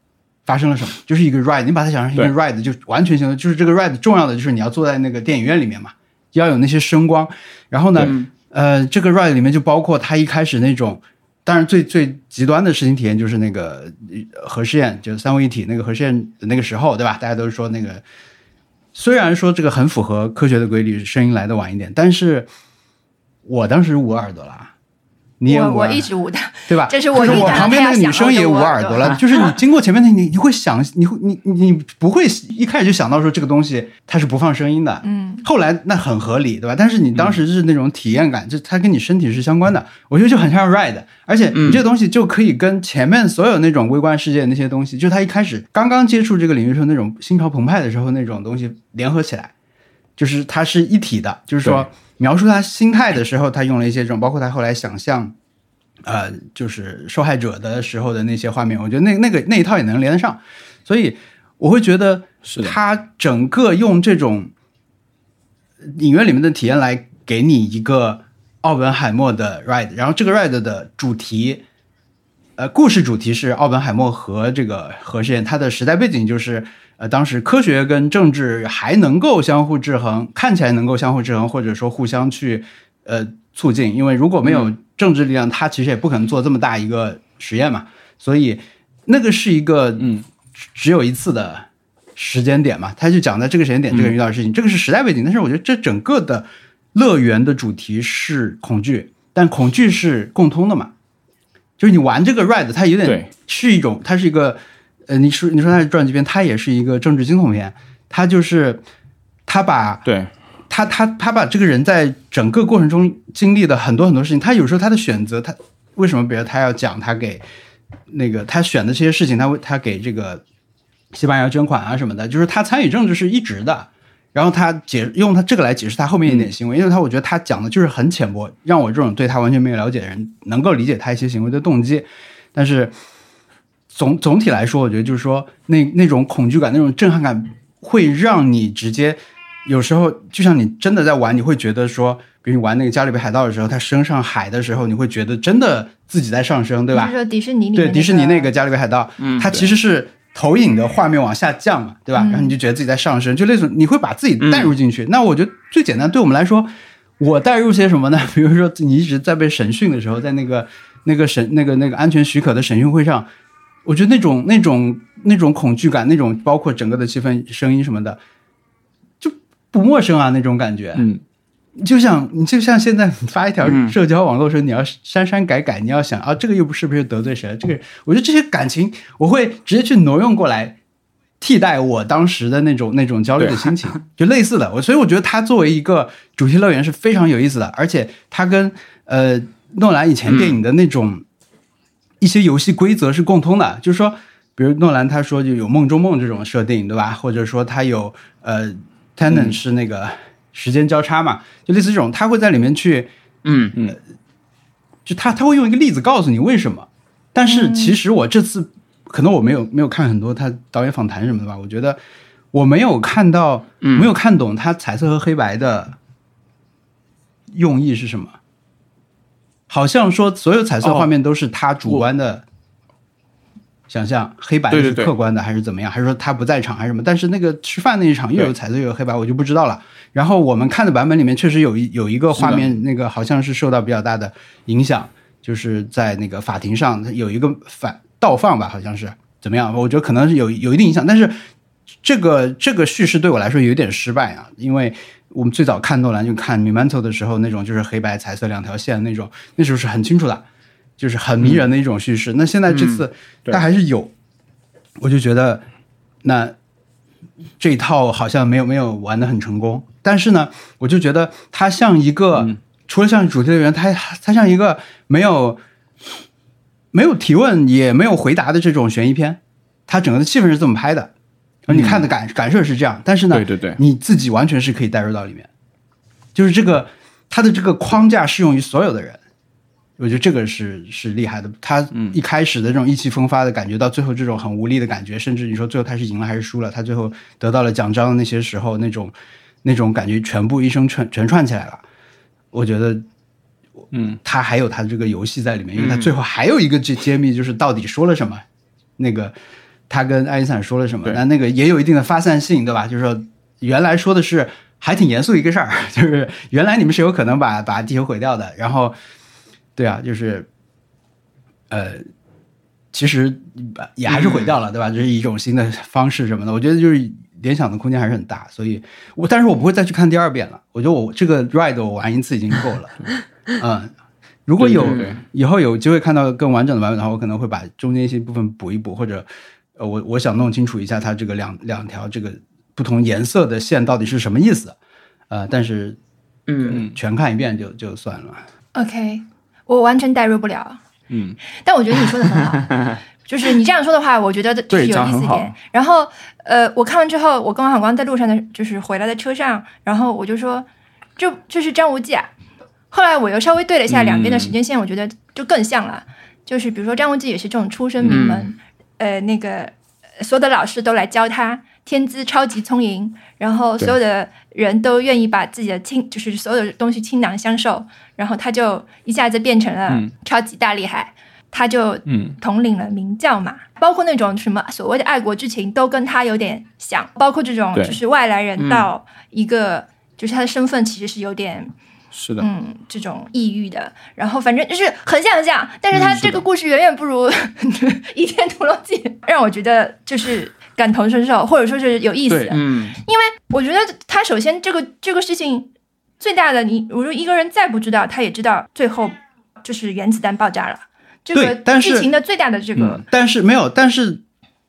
发生了什么，就是一个 ride，你把它想象成一个 ride，就完全行了。就是这个 ride 重要的就是你要坐在那个电影院里面嘛，要有那些声光。然后呢，呃，这个 ride 里面就包括他一开始那种。当然最，最极端的视听体验就是那个呃核试验，就是三位一体那个核试验的那个时候，对吧？大家都说那个虽然说这个很符合科学的规律，声音来的晚一点，但是我当时捂耳朵了啊，你也我捂我耳一直无的，对吧？这是就我是遇到我的嗯旁边那个女生也捂耳朵了，就是你经过前面的你，你会想，你会你你你不会一开始就想到说这个东西它是不放声音的，嗯，后来那很合理，对吧？但是你当时是那种体验感，就它跟你身体是相关的，我觉得就很像 ride，而且你这个东西就可以跟前面所有那种微观世界那些东西，就他一开始刚刚接触这个领域的时候那种心潮澎湃的时候那种东西联合起来，就是它是一体的，就是说对描述他心态的时候，他用了一些这种，包括他后来想象。呃，就是受害者的时候的那些画面，我觉得那那个那一套也能连得上，所以我会觉得是的他整个用这种影院里面的体验来给你一个奥本海默的 ride，然后这个 ride 的主题，呃，故事主题是奥本海默和这个核试验，它的时代背景就是呃，当时科学跟政治还能够相互制衡，看起来能够相互制衡，或者说互相去呃促进，因为如果没嗯有政治力量，它其实也不可能做这么大一个实验嘛，所以那个是一个嗯只有一次的时间点嘛，他就讲在这个时间点这嗯个人遇到的事情，这个是时代背景，但是我觉得这整个的乐园的主题是恐惧，但恐惧是共通的嘛，就是你玩这个 ride，它有点对是一种，它是一个呃，你说你说它是传记片，它也是一个政治惊悚片，它就是它把对，他他他把这个人在整个过程中经历的很多很多事情，他有时候他的选择，他为什么比如他要讲他给那个他选的这些事情，他为他给这个西班牙捐款啊什么的，就是他参与政治是一直的。然后他解用他这个来解释他后面一点行为，因为他我觉得他讲的就是很浅薄，让我这种对他完全没有了解的人能够理解他一些行为的动机。但是总总体来说，我觉得就是说那那种恐惧感、那种震撼感，会让你直接有时候就像你真的在玩，你会觉得说，比如你玩那个《加勒比海盗》的时候，它升上海的时候，你会觉得真的自己在上升，对就吧是？说迪士尼里面、对，迪士尼那个《加勒比海盗》，它其实是投影的画面往下降嘛，对吧？嗯然后你就觉得自己在上升，就类似你会把自己带入进去。那我觉得最简单，对我们来说，我带入些什么呢？ 比如说你一直在被审讯的时候，在那个那个审那个那个安全许可的审讯会上，我觉得那种那种那种恐惧感，那种包括整个的气氛、声音什么的，就不陌生啊，那种感觉。嗯，就像你就像现在你发一条社交网络说你要删删改改，你要想啊这个又不是不是得罪谁了，这个我觉得这些感情我会直接去挪用过来。替代我当时的那种那种焦虑的心情， 就类似的。我所以我觉得它作为一个主题乐园是非常有意思的，而且它跟呃诺兰以前电影的那种一些游戏规则是共通的，就是说，比如诺兰他说就有梦中梦这种设定，对吧？或者说他有呃嗯 Tenant 是那个时间交叉嘛，就类似这种，他会在里面去，呃嗯嗯，就他他会用一个例子告诉你为什么。嗯但是其实我这次可能我没有没有看很多他导演访谈什么的吧，我觉得我没有看到，嗯没有看懂他彩色和黑白的用意是什么。好像说所有彩色画面都是他主观的想象，黑白对对是对客观的还是怎么样？还是说他不在场还是什么？但是那个吃饭那一场又有对彩色又有黑白，我就不知道了。然后我们看的版本里面确实有一有一个画面，那个好像是受到比较大的影响，就是在那个法庭上有一个反倒放吧，好像是怎么样？我觉得可能是有有一定影响，但是这个这个叙事对我来说有点失败啊，因为我们最早看诺兰就看《Memento》的时候，那种就是黑白彩色两条线那种，那时候是很清楚的，就是很迷人的一种叙事。那现在这次对它还是有，我就觉得那这一套好像没有没有玩的很成功。但是呢，我就觉得它像一个，除了像主题乐园，它它像一个没有没有提问也没有回答的这种悬疑片，它整个的气氛是这么拍的，然后你看的感、感受是这样，但是呢，嗯对对对你自己完全是可以带入到里面，就是这个它的这个框架适用于所有的人。我觉得这个是是厉害的，他嗯一开始的这种意气风发的感觉，到最后这种很无力的感觉，甚至你说最后他是赢了还是输了，他最后得到了奖章的那些时候，那种那种感觉全部一生全全串起来了。我觉得，嗯，他还有他这个游戏在里面，因为他最后还有一个揭揭秘，就是到底说了什么，那个他跟爱因斯坦说了什么，对那那个也有一定的发散性，对吧？就是说原来说的是还挺严肃一个事儿， 就是原来你们是有可能把把地球毁掉的，然后对啊，就是呃。其实也还是毁掉了，对吧？这、是一种新的方式什么的，我觉得就是联想的空间还是很大，所以我但是我不会再去看第二遍了。我觉得我这个 ride 我玩一次已经够了。嗯，如果有对对对以后有机会看到更完整的版本的话，我可能会把中间一些部分补一补，或者呃，我我想弄清楚一下它这个两两条这个不同颜色的线到底是什么意思。呃，但是嗯，全看一遍就就算了。 OK，我完全代入不了。嗯，但我觉得你说的很好， 就是你这样说的话，我觉得就是对有讲意得思很一好点。然后，呃，我看完之后，我跟王小光在路上的，就是回来的车上，然后我就说，这这是张无忌啊。后来我又稍微对了一下两边的时间嗯线，我觉得就更像了。就是比如说张无忌也是这种出身名门，嗯呃，那个呃所有的老师都来教他，天资超级聪颖，然后所有的人都愿意把自己的倾，就是所有的东西倾囊相授，然后他就一下子变成了嗯超级大厉害，他就嗯统领了明教嘛，包括那种什么所谓的爱国之情，都跟他有点像，包括这种对嗯就是外来人到一个，就是他的身份其实是有点是的，嗯这种抑郁的，然后反正就是很像很像，但是他嗯是的这个故事远远不如 《倚天屠龙记》，让我觉得就是感同身受，或者说是有意思对。嗯我觉得他首先这个这个事情最大的你，我说一个人再不知道，他也知道最后就是原子弹爆炸了。这个对但是剧情的最大的这个但是没有，但是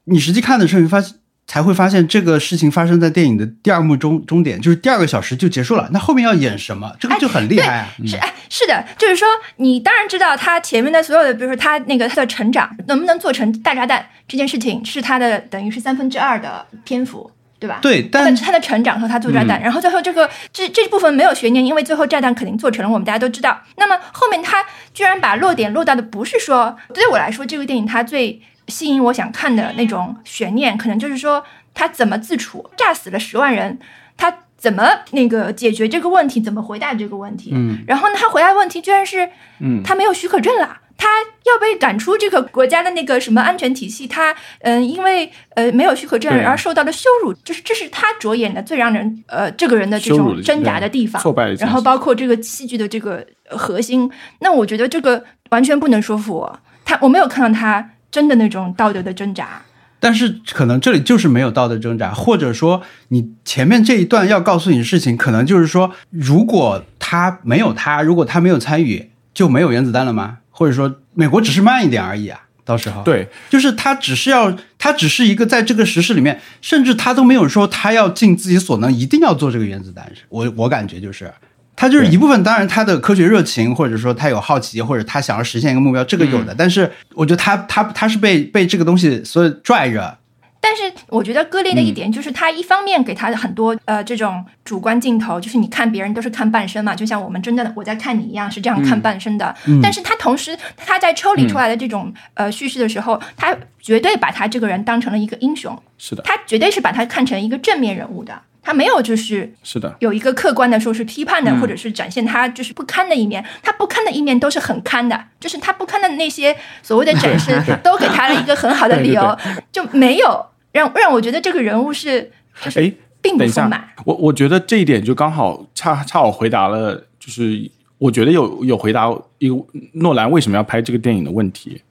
你实际看的时候，你发现才会发现这个事情发生在电影的第二幕终终点，就是第二个小时就结束了。那后面要演什么？这个就很厉害啊！是哎，是的，就是说，你当然知道他前面的所有的，比如说他那个他的成长能不能做成大炸弹这件事情，是他的等于是三分之二的篇幅，对吧？对，他但嗯的他的成长和他做炸弹，然后最后这个这这部分没有悬念，因为最后炸弹肯定做成了，我们大家都知道。那么后面他居然把落点落到的不是说，对我来说，这个电影它最吸引我想看的那种悬念，可能就是说他怎么自处，炸死了十万人，他怎么那个解决这个问题，怎么回答这个问题。嗯，然后呢，他回答问题居然是嗯，他没有许可证了，他要被赶出这个国家的那个什么安全体系，他嗯、因为呃没有许可证对而受到了羞辱，就是这是他着眼的最让人呃这个人的这羞辱种的挣扎的地方，挫败的精神，然后包括这个戏剧的这个呃核心，那我觉得这个完全不能说服我，他我没有看到他真的那种道德的挣扎，但是可能这里就是没有道德挣扎，或者说你前面这一段要告诉你的事情，可能就是说，如果他没有他，如果他没有参与，就没有原子弹了吗？或者说，美国只是慢一点而已啊？到时候，对，就是他只是要，他只是一个在这个时事里面，甚至他都没有说他要尽自己所能，一定要做这个原子弹。我我感觉就是，他就是一部分，当然他的科学热情，或者说他有好奇，或者他想要实现一个目标，这个有的。但是我觉得他他他是被被这个东西所拽着，但是我觉得割裂的一点就是，他一方面给他很多、呃这种主观镜头，就是你看别人都是看半身嘛，就像我们真的我在看你一样是这样看半身的。但是他同时他在抽离出来的这种、呃叙事的时候，他绝对把他这个人当成了一个英雄，是的，他绝对是把他看成一个正面人物的，他没有就是是的，有一个客观的说是批判的，或者是展现他就是不堪的一面。他不堪的一面都是很堪的，就是他不堪的那些所谓的展示，都给他了一个很好的理由，就没有让让我觉得这个人物是就是哎，并不等一丰下满。，我我觉得这一点就刚好恰恰好回答了，就是我觉得有有回答一个诺兰为什么要拍这个电影的问题，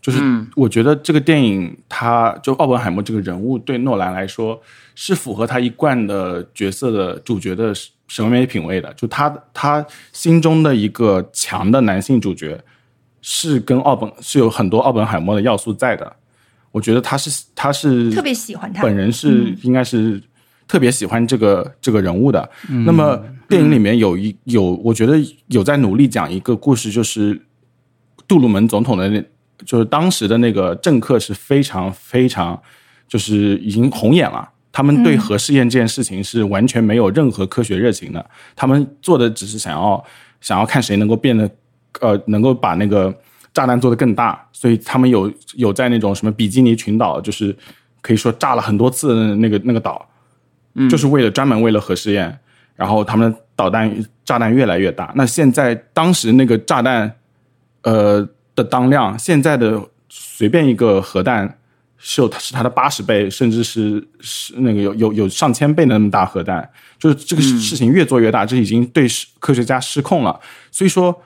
就是我觉得这个电影他就奥本海默这个人物对诺兰来说是符合他一贯的角色的主角的审美品味的，就他他心中的一个强的男性主角是跟奥本是有很多奥本海默的要素在的。我觉得他是他是特别喜欢他嗯本人是应该是特别喜欢这个这个人物的。那么电影里面有一有，我觉得有在努力讲一个故事，就是杜鲁门总统的那，就是当时的那个政客是非常非常，就是已经红眼了。他们对核试验这件事情是完全没有任何科学热情的，他们做的只是想要想要看谁能够变得呃能够把那个炸弹做得更大，所以他们有有在那种什么比基尼群岛，就是可以说炸了很多次的那个那个岛，就是为了专门为了核试验，然后他们的导弹炸弹越来越大。那现在当时那个炸弹呃的当量，现在的随便一个核弹是有是它的八十倍，甚至是是那个有有有上千倍的那么大核弹，就是这个事情越做越大，这已经对失科学家失控了。所以说，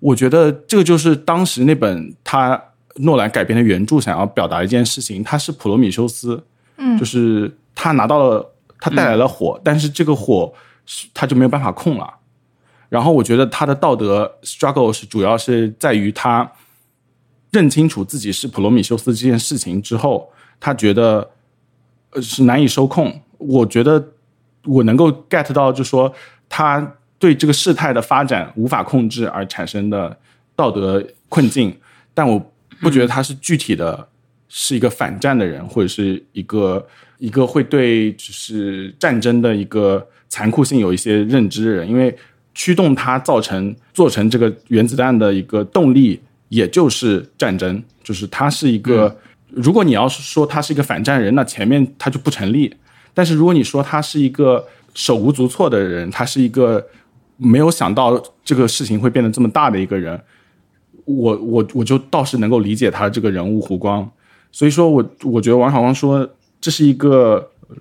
我觉得这个就是当时那本他诺兰改编的原著想要表达的一件事情，它是普罗米修斯，嗯，就是他拿到了他带来了火，但是这个火是他就没有办法控了。然后我觉得他的道德 struggle 是主要是在于他认清楚自己是普罗米修斯这件事情之后，他觉得呃是难以收控。我觉得我能够 get 到，就说他对这个事态的发展无法控制而产生的道德困境，但我不觉得他是具体的是一个反战的人，或者是一个一个会对就是战争的一个残酷性有一些认知的人，因为驱动它造成做成这个原子弹的一个动力，也就是战争，就是它是一个。如果你要是说他是一个反战人，那前面他就不成立。但是如果你说他是一个手无足措的人，他是一个没有想到这个事情会变得这么大的一个人，我我我就倒是能够理解他这个人物弧光。所以说我我觉得王小光说这是一个呃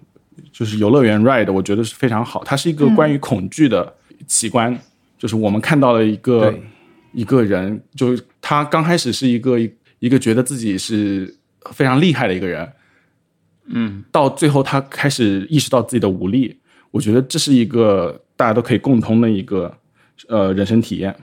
就是游乐园 ride，我觉得是非常好，它是一个关于恐惧的奇观，就是我们看到了一个对一个人，就是他刚开始是一个一个觉得自己是非常厉害的一个人，嗯，到最后他开始意识到自己的无力，我觉得这是一个大家都可以共通的一个呃人生体验，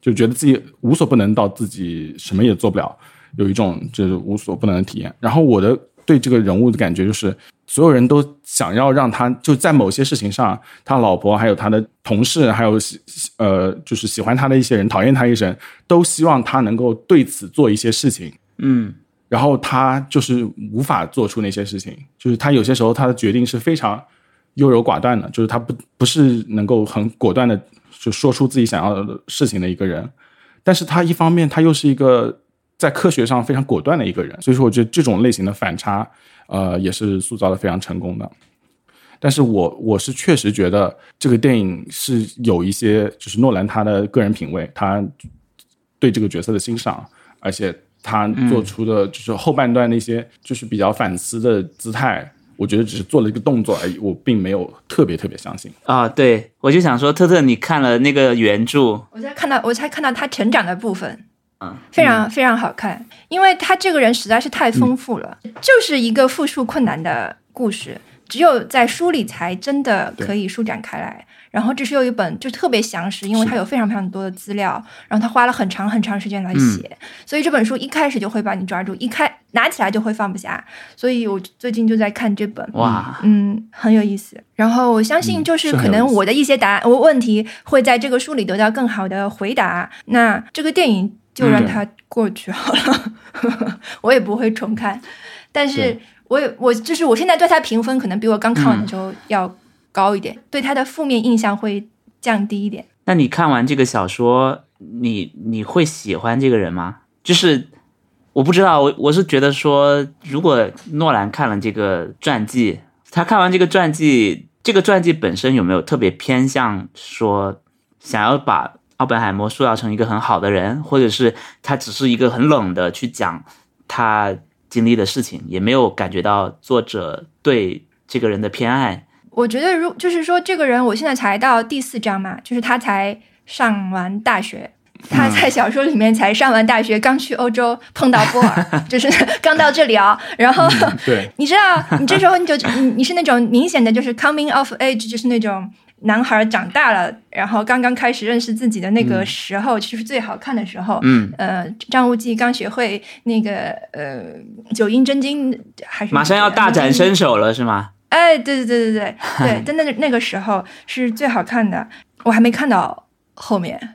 就觉得自己无所不能到自己什么也做不了，有一种就是无所不能的体验。然后我的对这个人物的感觉就是，所有人都想要让他就在某些事情上，他老婆还有他的同事，还有喜喜呃就是喜欢他的一些人，讨厌他一些人，都希望他能够对此做一些事情。嗯然后他就是无法做出那些事情，就是他有些时候他的决定是非常优柔寡断的，就是他不不是能够很果断的就说出自己想要的事情的一个人，但是他一方面他又是一个在科学上非常果断的一个人，所以说我觉得这种类型的反差，呃，也是塑造的非常成功的。但是我我是确实觉得这个电影是有一些就是诺兰他的个人品味，他对这个角色的欣赏，而且他嗯做出的就是后半段那些就是比较反思的姿态，我觉得只是做了一个动作而已，我并没有特别特别相信。啊，对，我就想说，特特，你看了那个原著，我才看到，我才看到他成长的部分，非常非常好看，因为他这个人实在是太丰富了，就是一个复述困难的故事，只有在书里才真的可以舒展开来。然后这是又一本就特别详实，因为它有非常非常多的资料，然后他花了很长很长时间来写，所以这本书一开始就会把你抓住，一开拿起来就会放不下。所以我最近就在看这本，哇，嗯，很有意思。然后我相信，就是啊嗯是很可有能意思我的一些答案、我问题会在这个书里得到更好的回答。那这个电影就让它过去好了， 我也不会重看。但是对嗯我也我就是我现在对它评分可能比我刚看完的时候要高一点，对它的负面印象会降低一点。那你看完这个小说，你你会喜欢这个人吗？就是我不知道，我我是觉得说，如果诺兰看了这个传记，他看完这个传记，这个传记本身有没有特别偏向说想要把奥本海默塑造成一个很好的人，或者是他只是一个很冷的去讲他经历的事情，也没有感觉到作者对这个人的偏爱。我觉得如就是说，这个人我现在才到第四章嘛，就是他才上完大学，嗯他在小说里面才上完大学，刚去欧洲碰到 波尔，就是刚到这里啊、然后、嗯对， 你知道，你这时候你就你你是那种明显的就是 coming of age，就是那种男孩长大了，然后刚刚开始认识自己的那个时候，就是最好看的时候。嗯，呃，张无忌刚学会那个呃九阴真经，还是马上要大展身手了，是吗？哎，对对对对对对，但那个那个时候是最好看的，我还没看到后面。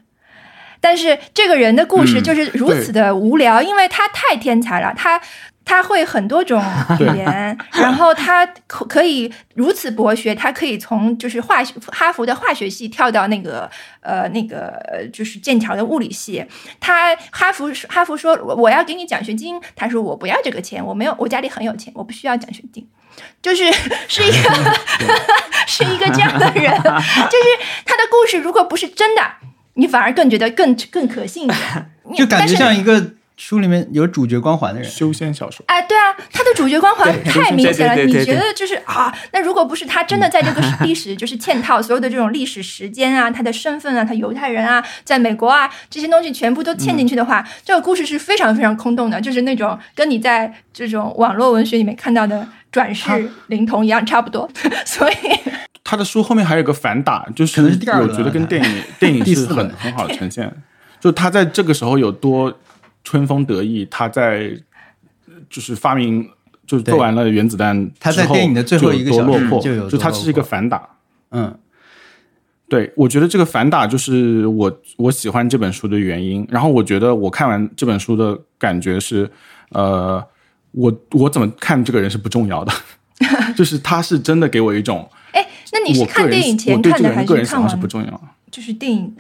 但是这个人的故事嗯就是如此的无聊，因为他太天才了，他他会很多种语言，然后他可可以如此博学，他可以从就是化学哈佛的化学系跳到那个呃那个呃就是剑桥的物理系，他哈佛哈佛说我我要给你奖学金，他说我不要这个钱，我没有我家里很有钱，我不需要奖学金。就是 是 一个是一个这样的人，就是他的故事如果不是真的，你反而更觉得更更可信一点，你就感觉但像是一个嗯书里面有主角光环的人。修仙小说，哎，对啊，他的主角光环对太明显了。对你对对对觉得就是啊，那如果不是他真的在这个史历史就是嵌套所有的这种历史时间啊，他的身份啊，他犹太人啊，在美国啊这些东西全部都嵌进去的话，这个故事是非常非常空洞的，就是那种跟你在这种网络文学里面看到的转世他灵童一样差不多。 所以，他的书后面还有个反打，就是可能是第二轮啊我觉得跟电 影电影第是四轮很很好呈现，就他在这个时候有多春风得意，他在就是发明就是做对完了原子弹之后，他在电影的最后一个就有多小时落魄，就有多就他是一个落反打。嗯，对，我觉得这个反打就是我我喜欢这本书的原因。然后我觉得我看完这本书的感觉是，呃，我我怎么看这个人是不重要 的，就是他是真的给我一种哎，那你是我个看人电影前我对看这的个还人个人是喜看欢是不完？重要。就是电影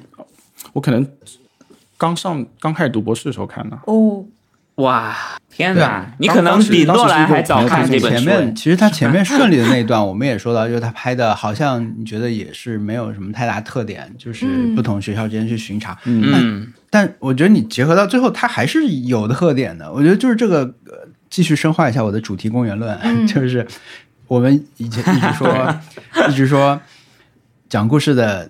我可能刚上刚开始读博士的时候看的，哦，哇，天对哪啊！你可能比诺兰还早看这本前书面哎。其实他前面顺利的那一 段，我们也说到，就是他拍的好像你觉得也是没有什么太大特点，就是嗯不同学校之间去巡查。嗯，但我觉得你结合到最后，它还是有的特点的。我觉得就是这个，呃继续深化一下我的主题公园论，嗯就是我们以前一直 说，一直说讲故事的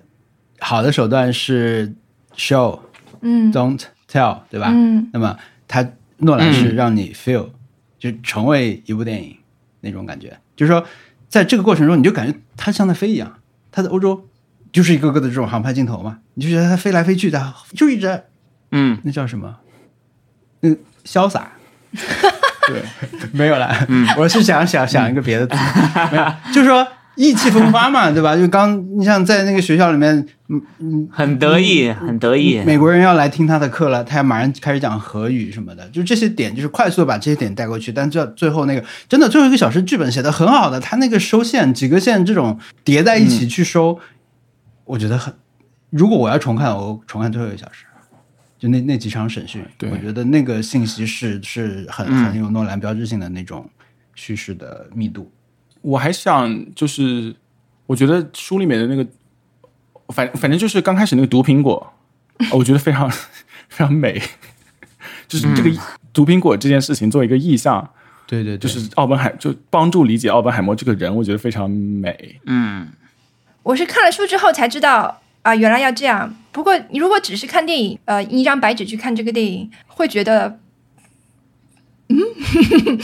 好的手段是 show 嗯 don't tell，对吧？啊嗯那么他诺兰是嗯让你 feel，、就成为一部电影那种感觉，就是说，在这个过程中，你就感觉它像在飞一样，它在欧洲就是一个个的这种航拍镜头嘛，你就觉得它飞来飞去的，就一直在嗯，那叫什么？那个潇洒。对，没有啦，我是想想想一个别的词，没有，就是说意气风发嘛，对吧？就刚你像在那个学校里面，嗯嗯，很得意，很得嗯意。美国人要来听他的课了，他要马上开始讲荷语什么的，就这些点，就是快速地把这些点带过去。但最最后那个真的最后一个小时剧本写的很好的，他那个收线几个线这种叠在一起去收，我觉得很。如果我要重看，我重看最后一个小时，就那那几场审讯，对我觉得那个信息是是很嗯很有诺兰标志性的那种叙事的密度。我还想就是，我觉得书里面的那个，反反正就是刚开始那个毒苹果，呃我觉得非常非常美， 就是这个毒苹果这件事情作为一个意象，对对，就对是奥本海就帮助理解奥本海默这个人，我觉得非常美。嗯，我是看了书之后才知道啊、原来要这样。不过你如果只是看电影，呃，一张白纸去看这个电影，会觉得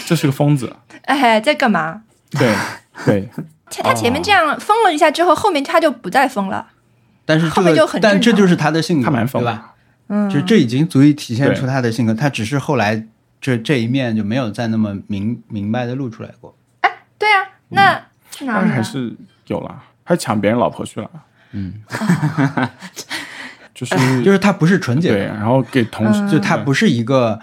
这是个疯子，哎在干嘛？对，对，他他哦前面这样疯了一下之后，后面他就不再疯了。但是这后面个，就很但正这常就是他的性格，他蛮疯对的吧？嗯，就这已经足以体现出对他的性格，他只是后来这这一面就没有再那么明明白的露出来过。对啊，那去哪但嗯里是还了？是有了，还抢别人老婆去了。嗯，就是就是他不是纯洁对，的，然后给同事嗯就他不是一个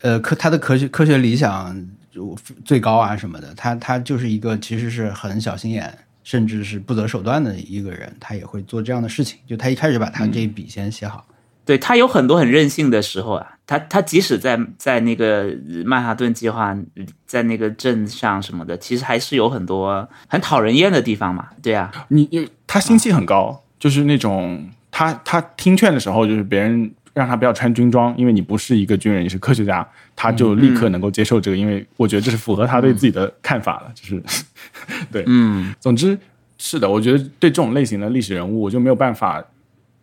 呃科他的科学科学理想就最高啊什么的，他他就是一个其实是很小心眼，甚至是不择手段的一个人，他也会做这样的事情。就他一开始把嗯他这一笔先写好，对他有很多很任性的时候啊，他他即使在在那个曼哈顿计划，在那个镇上什么的，其实还是有很多很讨人厌的地方嘛。对啊，你你他心气很高，就是那种他他听劝的时候，就是别人让他不要穿军装，因为你不是一个军人，你是科学家，他就立刻能够接受这个，因为我觉得这是符合他对自己的看法的，就是 对，嗯，总之是的，我觉得对这种类型的历史人物，我就没有办法。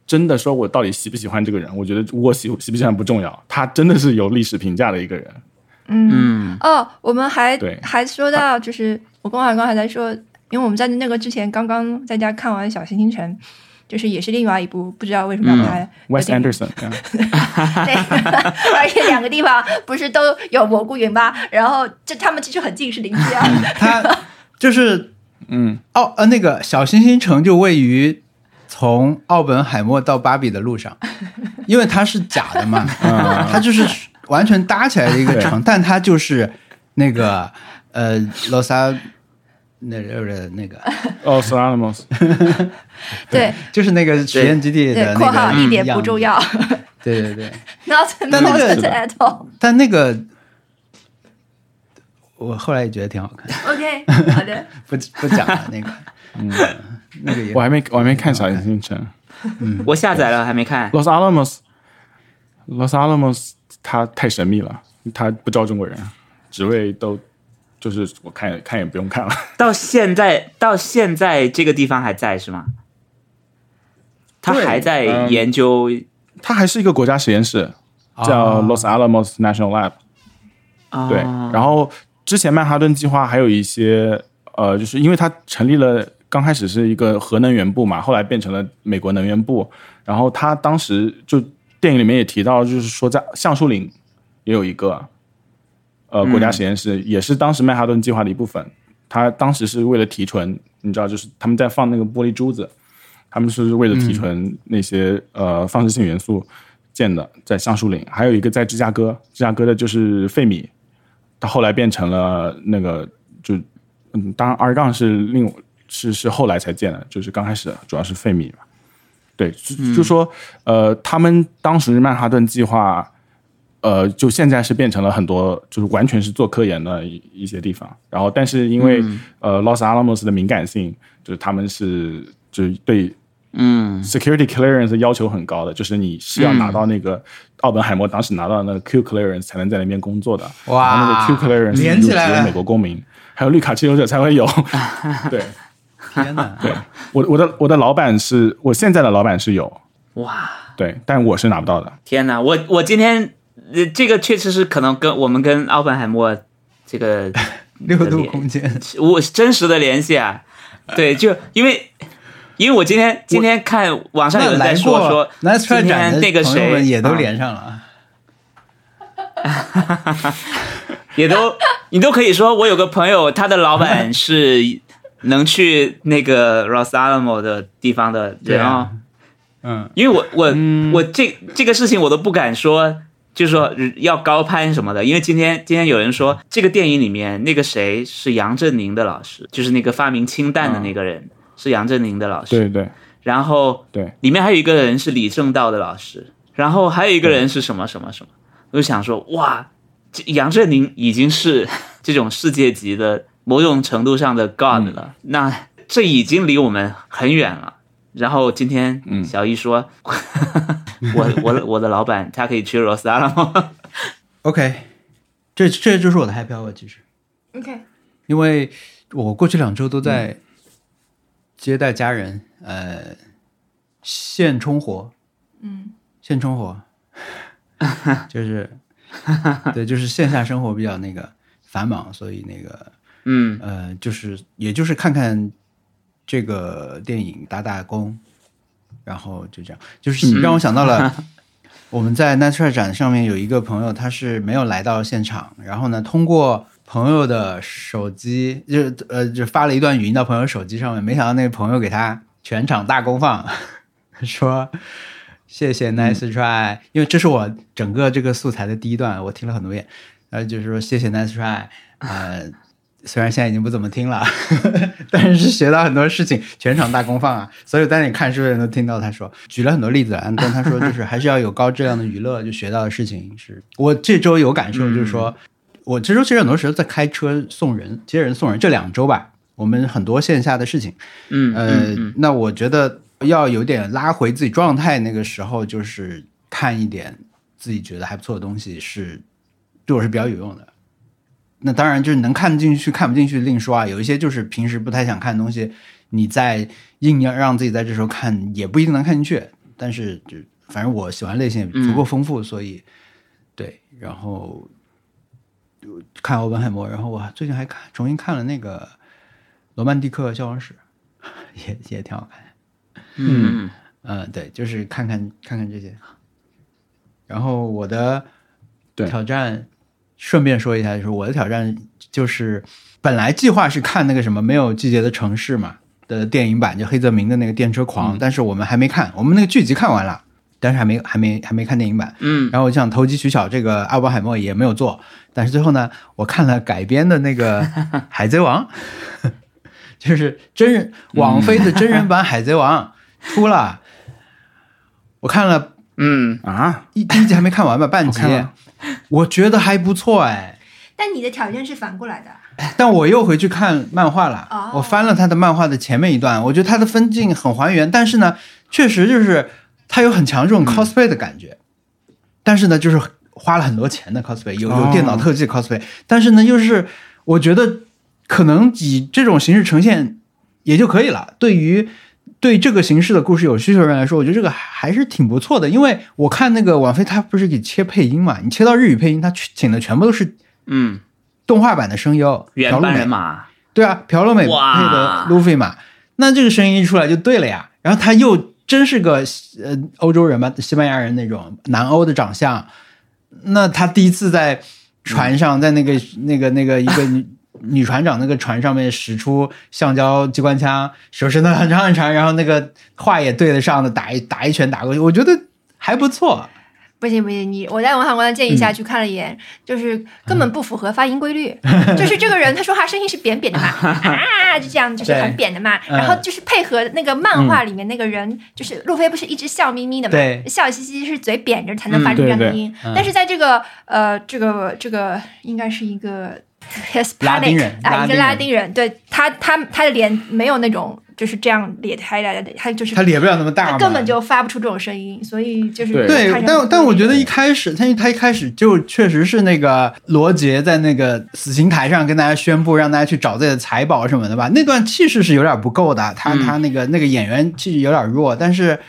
真的说，我到底喜不喜欢这个人？我觉得我喜喜不喜欢不重要，他真的是有历史评价的一个人。嗯，哦，我们还对啊还说到，就是我跟海刚还在说，因为我们在那个之前刚刚在家看完《小行星城》，就是也是另外一部不知道为什么要拍、嗯 Wes Anderson，对啊 对，而且两个地方不是都有蘑菇云吗？然后这他们其实很近，是邻居啊。嗯他就是嗯，奥呃那个小行星城就位于从奥本海默到芭比的路上，因为它是假的嘛，它就是完全搭起来的一个城，但它就是那个呃罗萨那呃那个哦 s a l a m o s 对就是那个实验基地对的，括号那个嗯一点不样子重， 要对对对， ，not 但那个 important at all。但那个我后来也觉得挺好看， OK，好的，不不讲了那个，嗯，那个也我还没我还没看《小行星城》。嗯我下载了还没看。 Los Alamos，Los Alamos，他太神秘了，他不招中国人，职位都就是我看也看也不用看了。到现在，到现在这个地方还在是吗？他对还在嗯研究，它还是一个国家实验室，叫 Los Alamos National Lab。啊对，然后之前曼哈顿计划还有一些呃，就是因为它成立了，刚开始是一个核能源部嘛，后来变成了美国能源部。然后他当时就电影里面也提到，就是说在橡树岭也有一个呃国家实验室，也是当时曼哈顿计划的一部分。他当时是为了提纯，你知道，就是他们在放那个玻璃珠子，他们是为了提纯那些、呃放射性元素建的，在橡树岭，还有一个在芝加哥，芝加哥的就是费米，它后来变成了那个就嗯，当然 R 杠是另是是后来才建的，就是刚开始主要是费米嘛。对，就嗯就说呃，他们当时曼哈顿计划，呃，就现在是变成了很多就是完全是做科研的一一些地方。然后，但是因为、嗯呃 Los Alamos 的敏感性，就是他们是就是对嗯 security clearance 的要求很高的，就是你是要拿到那个奥本海默当时拿到的那个 Q clearance 才能在那边工作的。哇然后那个 Q clearance 连起来就只有了美国公民，还有绿卡持有者才 会有。对天哪，对，我我的我的老板是我现在的老板是有，哇，对，但我是拿不到的。天哪，我我今天呃这个确实是可能跟我们跟奥本海默这 个六度空间，我真实的联系啊，对，就因为因为我今天今天看网上有那人在来说过说 Nice 今 Try 展天的那个朋友谁们也都啊连上了啊，也都 你都可以说，我有个朋友，他的老板是能去那个 Los Alamo 的地方的对人哦啊，嗯，因为我我、我这这个事情我都不敢说，就是说要高攀什么的，因为今天今天有人说这个电影里面那个谁是杨振宁的老师，就是那个发明氢弹的那个嗯人、是杨振宁的老师，对对然后对，里面还有一个人是李政道的老师，然后还有一个人是什么什么什么，我就想说，哇，这杨振宁已经是这种世界级的某种程度上的 God 了，那这已经离我们很远了。然后今天小易说，我我我的老板他可以去罗斯阿拉莫， OK，这这就是我的 happy hour，其实， OK，因为我过去两周嗯都在接待家人，呃，现充活，嗯，现 充活，就是，对，就是线下生活比较那个繁忙，所以那个嗯呃，就是也就是看看这个电影打打工，然后就这样，嗯就是让我想到了我们在 Natural 展上面有一个朋友，他是没有来到现场，然后呢，通过朋友的手机，就呃就发了一段语音到朋友手机上面，没想到那个朋友给他全场大公放， 说。谢谢 Nice Try，、因为这是我整个这个素材的第一段，我听了很多遍。呃，就是说谢谢 Nice Try，呃，虽然现在已经不怎么听了， 但是学到很多事情，全场大公放啊！所有在那里看书的人都听到他说，举了很多例子啊，但他说就是还是要有高质量的娱乐，就学到的事情是。我这周有感受，就是说、我这周其实很多时候在开车送人、接人、送人，这两周吧，我们很多线下的事情，嗯呃嗯，嗯，那我觉得要有点拉回自己状态，那个时候就是看一点自己觉得还不错的东西是，对我是比较有用的。那当然就是能看进去看不进去另说啊，有一些就是平时不太想看的东西，你再硬要让自己在这时候看，也不一定能看进去。但是就反正我喜欢类型也足够丰富，所以对，然后就看欧本海默，然后我最近还看重新看了那个《罗曼蒂克消亡史》。也也挺好看。嗯嗯，对，就是看看看看这些。然后我的对挑战，顺便说一下，就是我的挑战就是本来计划是看那个什么《没有季节的城市》嘛的电影版，就黑泽明的那个《电车狂》但是我们还没看，我们那个剧集看完了，但是还没还没还没看电影版。嗯然后我就想投机取巧，这个阿伯海默也没有做，但是最后呢，我看了改编的那个《海贼王》， 就是真人网飞的真人版《海贼王》出了，我看了嗯，啊，一第一集还没 看完吧，半集我看了，我觉得还不错哎，但你的条件是反过来的，但我又回去看漫画了，哦我翻了他的漫画的前面一段，我觉得他的分镜很还原，但是呢，确实就是他有很强这嗯种 cosplay 的感觉，但是呢，就是花了很多钱的 cosplay，有哦有电脑特技 cosplay，、但是呢，又是我觉得可能以这种形式呈现也就可以了，对于。对这个形式的故事有需求的人来说，我觉得这个还是挺不错的，因为我看那个网飞，他不是给切配音嘛？你切到日语配音，他请的全部都是嗯，动画版的声优，朴原路班美人马，对啊，朴洛美配的哇路飞嘛，那这个声音一出来就对了呀。然后他又真是个呃欧洲人嘛，西班牙人那种南欧的长相，那他第一次在船上，在那个那个那个一个女女船长那个船上面使出橡胶机关枪，手伸的很长很长，然后那个话也对得上的，打一打一拳打过去，我觉得还不错。不行不行，你我在王海光的建议嗯下去看了一眼，就是根本不符合发音规律。 就是这个人，他说话声音是扁扁的 嘛，啊，就这样，就是对很扁的嘛。嗯然后就是配合那个漫画里面那个人，就是路飞不是一直笑眯眯的嘛对，笑嘻嘻是嘴扁着才能发嗯出这样的对对音。嗯但是在这个呃，这个这个应该是一个 Hispanic 拉丁人啊，拉一丁个人拉丁人，对他他他的脸没有那种就是这样咧开来的，他就是他咧不了那么大他嘛，根本就发不出这种声音，所以就是对看对上，但去但我觉得一开始他他一开始就确实是那个罗杰在那个死刑台上跟大家宣布让大家去找自己的财宝什么的吧，那段气势是有点不够的，他嗯他那个那个演员气质有点弱，但是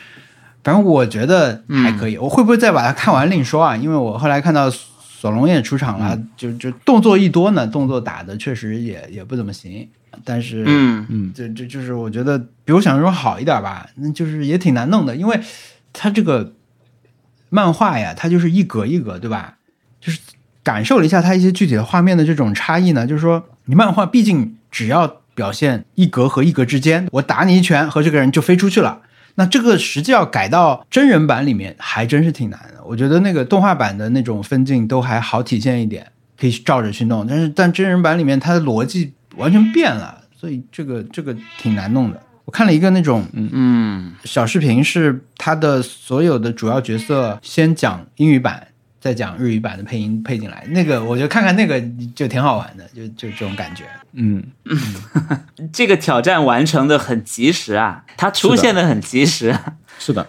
反正我觉得嗯还可以，我会不会再把它看完另说啊？因为我后来看到索隆也出场嗯了，就就动作一多呢，动作打的确实也也不怎么行，但是嗯这这就是我觉得比我想象中好一点吧，那就是也挺难弄的，因为它这个漫画呀，它就是一格一格，对吧？就是感受了一下它一些具体的画面的这种差异呢，就是说你漫画毕竟只要表现一格和一格之间，我打你一拳和这个人就飞出去了。那这个实际要改到真人版里面，还真是挺难的。我觉得那个动画版的那种分镜都还好体现一点，可以照着去弄。但是但真人版里面它的逻辑完全变了，所以这个这个挺难弄的。我看了一个那种嗯小视频，是它的所有的主要角色先讲英语版，再讲日语版的配音配进来。那个我觉得看看那个就挺好玩的，就就这种感觉。嗯，这个挑战完成的很及时啊，它出现的很及时啊。是的，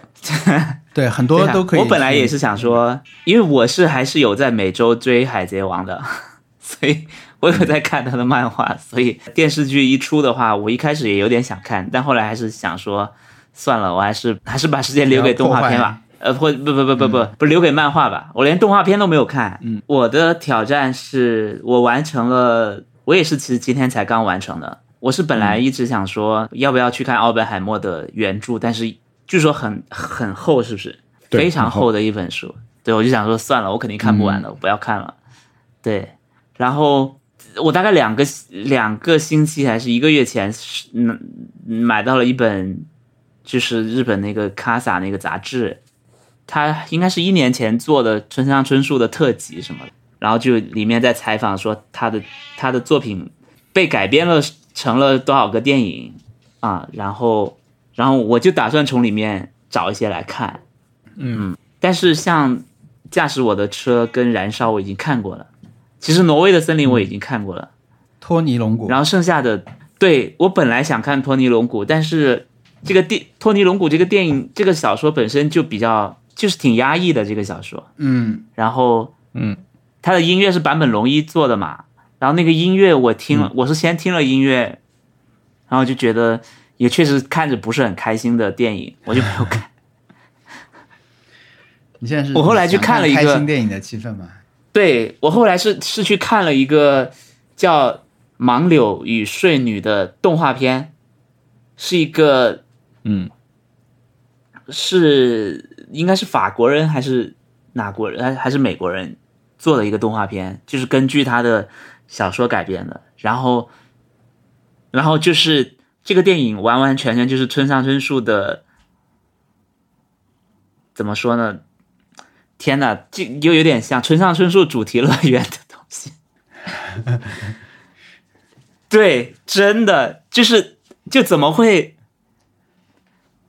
对，很多对啊都可以去。我本来也是想说，因为我是还是有在每周追《海贼王》的， 所以我嗯有在看他的漫画，所以电视剧一出的话，我一开始也有点想看，但后来还是想说，算了，我还是还是把时间留给动画片吧。呃，或不不不不不不留给漫嗯画吧，我连动画片都没有看。嗯，我的挑战是我完成了我也是，其实今天才刚完成的。我是本嗯来一直想说要不要去看奥本海默的原著，但是据说很很厚，是不是？对非常很厚嗯厚的一本书。对，我就想说算了，我肯定看不完了，我不要看了。对，然后我大概两个两个星期还是一个月前，是嗯买到了一本，就是日本那个 Casa 那个杂志，它应该是一年前做的村上春树的特辑什么的，然后就里面在采访说他的他的作品被改编了成了多少个电影啊，然后然后我就打算从里面找一些来看，嗯，但是像驾驶我的车跟燃烧我已经看过了，其实挪威的森林我已经看过了，托尼龙骨然，后剩下的，对我本来想看《托尼龙骨》，但是这个电《托尼龙骨》这个电影这个小说本身就比较就是挺压抑的这个小说，嗯，然后嗯，它的音乐是坂本龙一做的嘛，然后那个音乐我听了，我是先听了音乐，然后就觉得也确实看着不是很开心的电影，我就没有看。你现在是我后来去看了一个想开心电影的气氛嘛，对我后来是是去看了一个叫《盲柳与睡女》的动画片，是一个嗯，是应该是法国人还是哪国人还还是美国人做的一个动画片，就是根据他的小说改编的。然后，然后就是这个电影完完全全就是村上春树的，怎么说呢？天哪，这又有点像村上春树主题乐园的东西。 对，真的就是就怎么会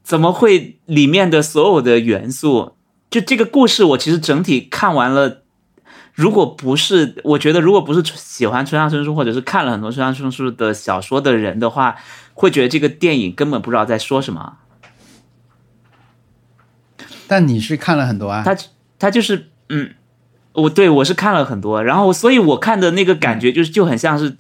怎么会里面的所有的元素，就这个故事，我其实整体看完了。如果不是我觉得，如果不是喜欢村上春树，或者是看了很多村上春树的小说的人的话，会觉得这个电影根本不知道在说什么。但你是看了很多啊，他他就是嗯，我对我是看了很多，然后所以我看的那个感觉就是就很像是，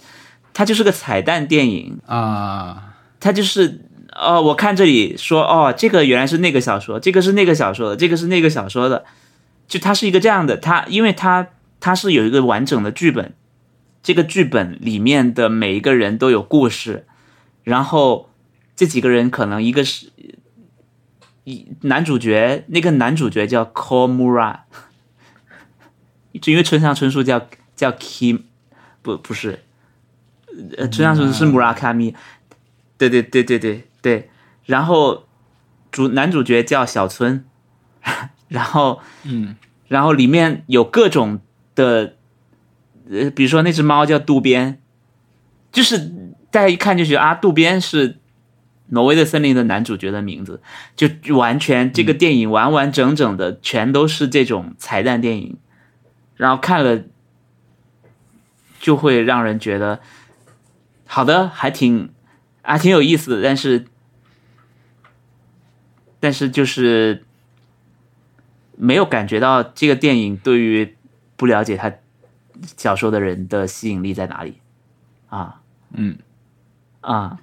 它就是个彩蛋电影，啊，他就是哦，我看这里说哦，这个原来是那个小说，这个是那个小说的，这个是那个小说的，就它是一个这样的，它因为它它是有一个完整的剧本，这个剧本里面的每一个人都有故事，然后这几个人可能一个是。一男主角，那个男主角叫 Komura，就因为村上春树叫叫 Kim，不不是，呃，村上春树是 Murakami，对对对对对对，然后主男主角叫小村，然后嗯，然后里面有各种的，呃，比如说那只猫叫渡边，就是大家一看就觉得啊，渡边是挪威的森林的男主角的名字，就完全这个电影完完整整的全都是这种彩蛋电影，然后看了就会让人觉得，好的，还挺啊，挺有意思的，但是但是就是没有感觉到这个电影对于不了解他小说的人的吸引力在哪里啊，嗯啊，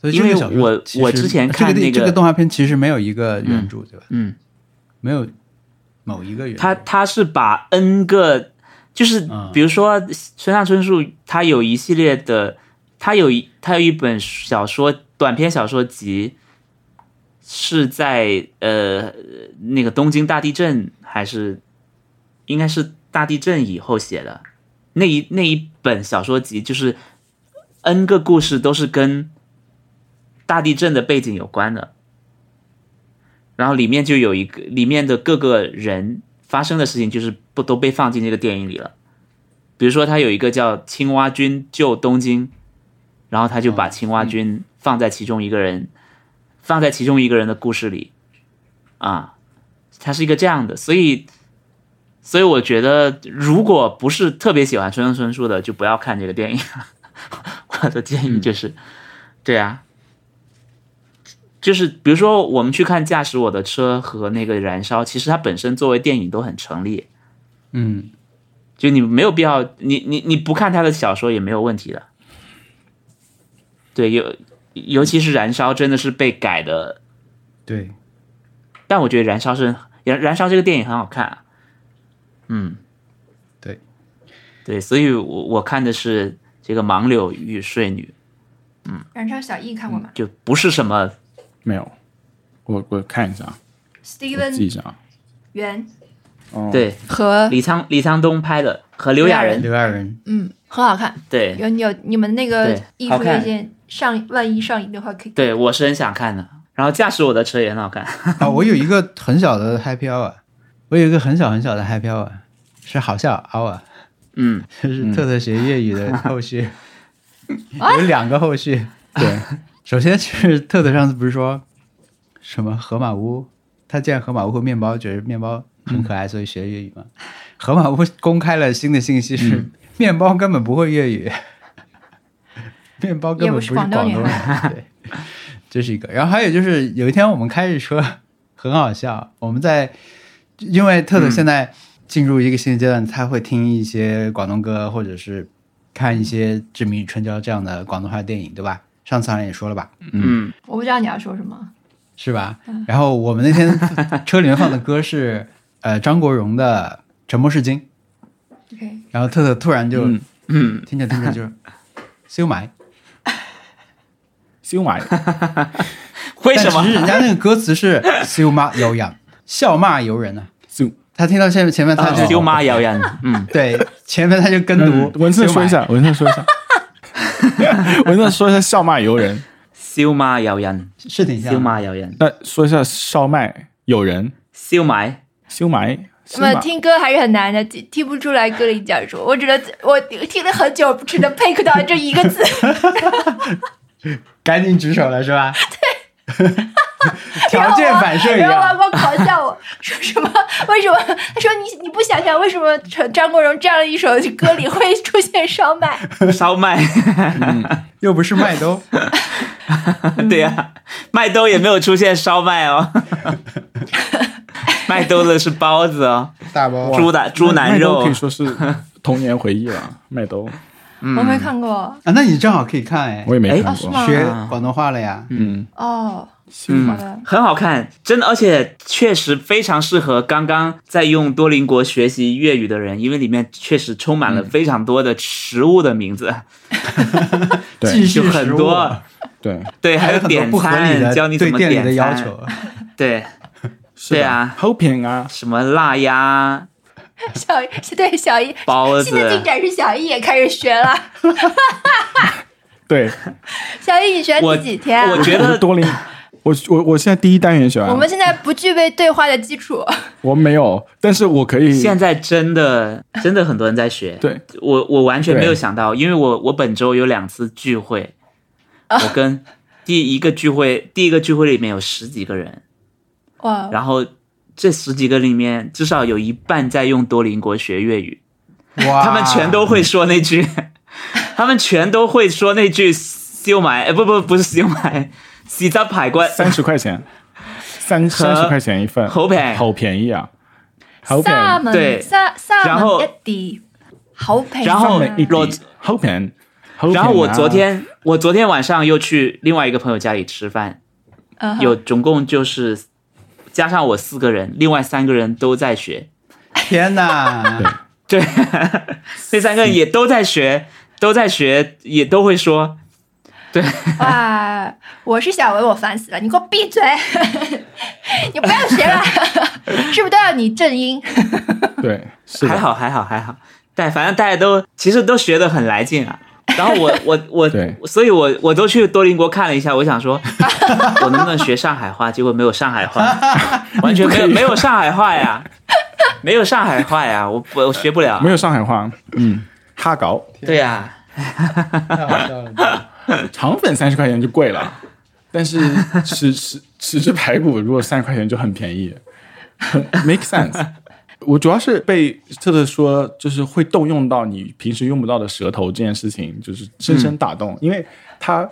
所以这个因为小说我其实我之前看这个那电个这个动画片其实没有一个原著对吧？嗯，没有某一个原著，他他是把 N 个，就是嗯比如说村上春树，他有一系列的，他有一他有一本小说短篇小说集，是在呃那个东京大地震还是应该是大地震以后写的那一那一本小说集，就是 N 个故事都是跟大地震的背景有关的。然后里面就有一个里面的各个人发生的事情，就是不都被放进这个电影里了。比如说，他有一个叫青蛙军救东京，然后他就把青蛙军放在其中一个人，放在其中一个人的故事里，啊，它是一个这样的，所以，所以我觉得，如果不是特别喜欢村上春树的，就不要看这个电影 了。我的建议就是，对啊，就是比如说我们去看《驾驶我的车》和那个《燃烧》，其实它本身作为电影都很成立，嗯，就你没有必要，你你你不看他的小说也没有问题的。对，尤尤其是《燃烧》，真的是被改的，对，但我觉得《燃烧》是《燃燃烧》这个电影很好看、啊，嗯，对对，所以我我看的是《这个《盲柳与睡女燃烧小艺看过吗》就不是什么没有，我我看一下，啊嗯我记一？Steven 下啊。袁哦，对和李沧李沧东拍的和刘亚仁刘亚仁，嗯，很好看。对有有你们那个对艺好术看院线上万一上映的话，可以对，我是很想看的。然后驾驶我的车也很好看，啊，我有一个很小的 happy hour，我有一个很小很小的 happy hour，是好笑 hour，嗯， 就是特特学粤语 的后续，有两个后续。对， 首先是特特上次不是说什么河马屋，他见河马屋和面包，觉得面包很可爱，所以学粤语嘛。河马屋公开了新的信息是，嗯面包根本不会粤语， 面包根本不是广东也不是广东女人。 对，这是一个。然后还有就是有一天我们开着车，很好笑，我们在因为特特嗯现在进入一个新的阶段，他会听一些广东歌，或者是看一些《志明与春娇》这样的广东话电影，对吧？上次好像也说了吧，嗯我不知道你要说什么。是吧？然后我们那天 车里面放的歌是呃张国荣的《沉默是金》， OK，然后特特突然就、嗯嗯，听着听 着就修埋，修买，为什但其实人么？啊家那个歌词是修骂 有养，笑骂由人啊。修他听到前面前面他就、舅妈 谣言，嗯，对前面他就跟哦嗯读，文策修说一埋下，文策说一 下，文策说一下笑骂由人，舅妈谣言，是挺像舅的。妈谣言，那说一下烧麦友人舅埋，修埋，修那马么听歌还是很难的，听听不出来歌里讲什么。我只能我听了很久，只能 pick 到这一个字。赶紧举手了是吧？ 对， 啊条件反射一然后我样。妈妈嘲笑我说什么？ 为什么？她说你你不想想为什么张张国荣这样一首歌里会出现烧麦？烧麦，又不是 麦兜， 对呀、麦兜也没有出现烧麦 哦，麦兜的是包子哦，大包猪的猪麦腩兜肉可以，说是童年回忆 了。麦兜嗯我没看过啊，那你正好可以看哎我，也没哎看哦是过，吗学广东话了呀。嗯，哦。修马好的，很好看，真的，而且确实非常适合刚刚在用多邻国学习粤语的人，因为里面确实充嗯满了非常多的食物的名字。对继续就很多，对对，还还有很多点不合理餐，的教你怎对么店里点的要餐求。对，是的对啊好品啊，什么辣鸭、小对小艺包新的进子，展是小艺也开始学了。对，小艺，你学我了第几天啊？我觉我得是多林，我我我现在第一单元学完了，我们现在不具备对话的基础。我没有，但是我可以现在真的真的很多人在学。对我我完全对没有想到，因为我我本周有两次聚会，我跟第一个聚会，第一个聚会里面有十几个人， 哇，然后这十几个里面至少有一半在用多邻国学粤语，哇，他们全都会说那句，他们全都会说那句“修埋”，哎，不不不是修埋，洗杂排骨，三十块钱，三三十块钱一份，好便宜好便宜啊，好便厦宜，对门厦厦然后门一滴好啊平然后上面一裸滴好便宜，好便宜啊然后我昨天我昨天晚上又去另外一个朋友家里吃饭，啊嗯有总共就是加上我四个人，另外三个人都在学，天哪！对，那三个人也都在学，都在学，也都会说，哇！我是小维，我烦死了！你给我闭嘴！ 你不要学了， 是不是都要你正音？对是还的，好还好还好，但反正大家都其实都学得很来劲啊。然后我 我我对，所以我我都去多邻国看了一下，我想说，我能不能学上海话？结果没有上 海话，完全没有没有上海话呀，没有上海话呀，我我我学不了没。有上海话，嗯，哈搞对呀、太好笑 了，肠粉三十块钱就贵了，但是吃吃吃只排骨如果三十块钱就很便宜很，make sense。我 主要是被特特说，就是会动用到你平时用不到的舌头这件事情，就是深深打动，因为他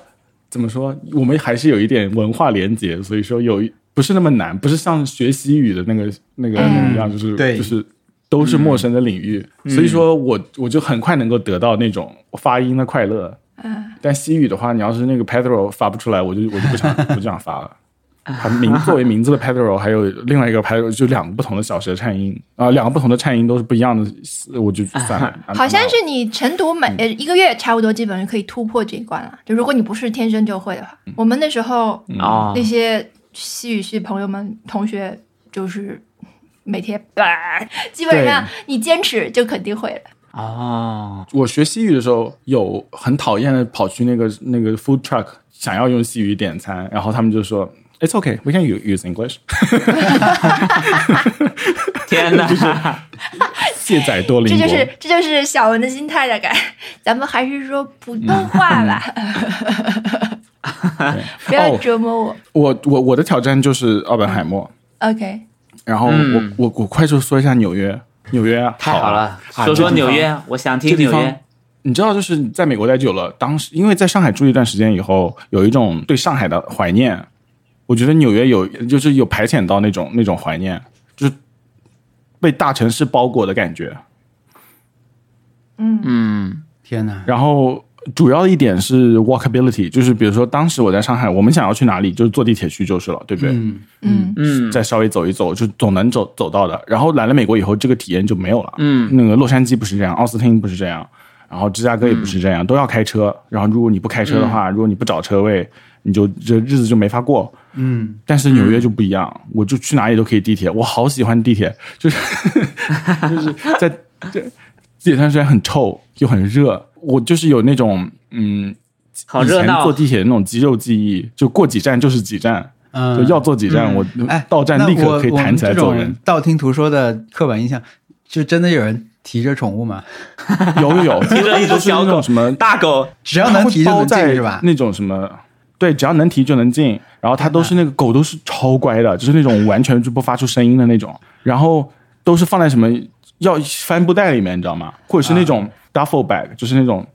怎么说，我们还是有一点文化连结，所以说有一不是那么难，不是像学西语的那个那个那个一样，就是对就是都是陌生的领域，所以说我我就很快能够得到那种发音的快 乐。但西语的话，你要是那个 Pedro 发不出来，我就我就不想我就不想发了。它名作为名字的 pedal 还有另外一个 pedal 就两个不同的小舌颤音啊、两个不同的颤音都是不一样的，我就啊算了。啊好像是你晨读每呃一个月差不多基本上可以突破这一关了。就如果你不是天生就会的嗯话，我们那时候嗯啊哦那些西语系朋友们同学就是每天吧，基本上你坚持就肯定会了。哦，我学西语的时候，有很讨厌的跑去那个那个 food truck，想要用西语点餐，然后他们就说 It's okay, we can u- use English， 天哪！ 卸载多这邻国。就是这就是小文的心态大概。咱们还是说普通话吧， 不要嗯哦折磨我。我我我的挑战就是奥本海默， OK，然后我、嗯我我快速说一下纽约，纽约啊，太好了，啊说说这地纽方约，我想这听地纽方约。你知道，就是在美国待久了，当时因为在上海住一段时间以后，有一种对上海的怀念。我觉得纽约有，就是有排遣到那种那种怀念，就是被大城市包裹的感觉。嗯，天哪，然后主要一点是 walkability，就是比如说当时我在上海，我们想要去哪里，就是坐地铁去就是了，对不对？嗯，嗯，嗯再稍微走一走，就总能走走到的。然后来了美国以后，这个体验就没有了。嗯，那个洛杉矶不是这样，奥斯汀不是这样，然后芝加哥也不是嗯这样，都要开车。然后如果你不开车的话，如果你不找车位，你就这日子就没法过。嗯，但是纽约就不一样，我就去哪里都可以地铁，我好喜欢地铁，就是 就是在这地铁站虽然很臭又很热，我就是有那种嗯，好以热前闹坐。地铁的那种肌肉记忆，就过几站就是几站，嗯就要坐几站，我哎，到站立刻可以弹起来走那我我们这人种。道听途说的刻板印象，就真的有人提着宠物吗？ 有有 有，提着一只就是小那种狗什么， 大狗，只要能提就它会包能进在是吧？那种什么。对，只要能提就能进。然后它都是那个狗都是超乖的，就是那种完全就不发出声音的那种。然后都是放在什么要帆布袋里面，你知道吗？或者是那嗯种 duffel bag，就是那种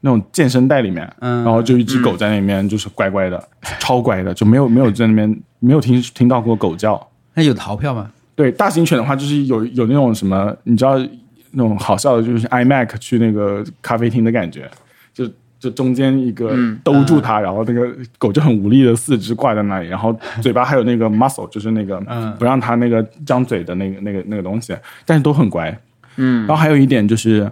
那种健身袋里面。嗯然后就一只狗在那边，就是乖乖的，超乖的，就没有没有在那边没有听听到过狗叫。那有逃票吗？对，大型犬的话，就是有有那种什么，你知道那种好笑的，就是 iMac 去那个咖啡厅的感觉，就就中间一个兜住它，然后那个狗就很无力的四肢挂在那里，然后嘴巴还有那个 muscle，就是那个嗯不让它那个张嘴的那个那个那个东西，但是都很乖。嗯，然后还有一点就是，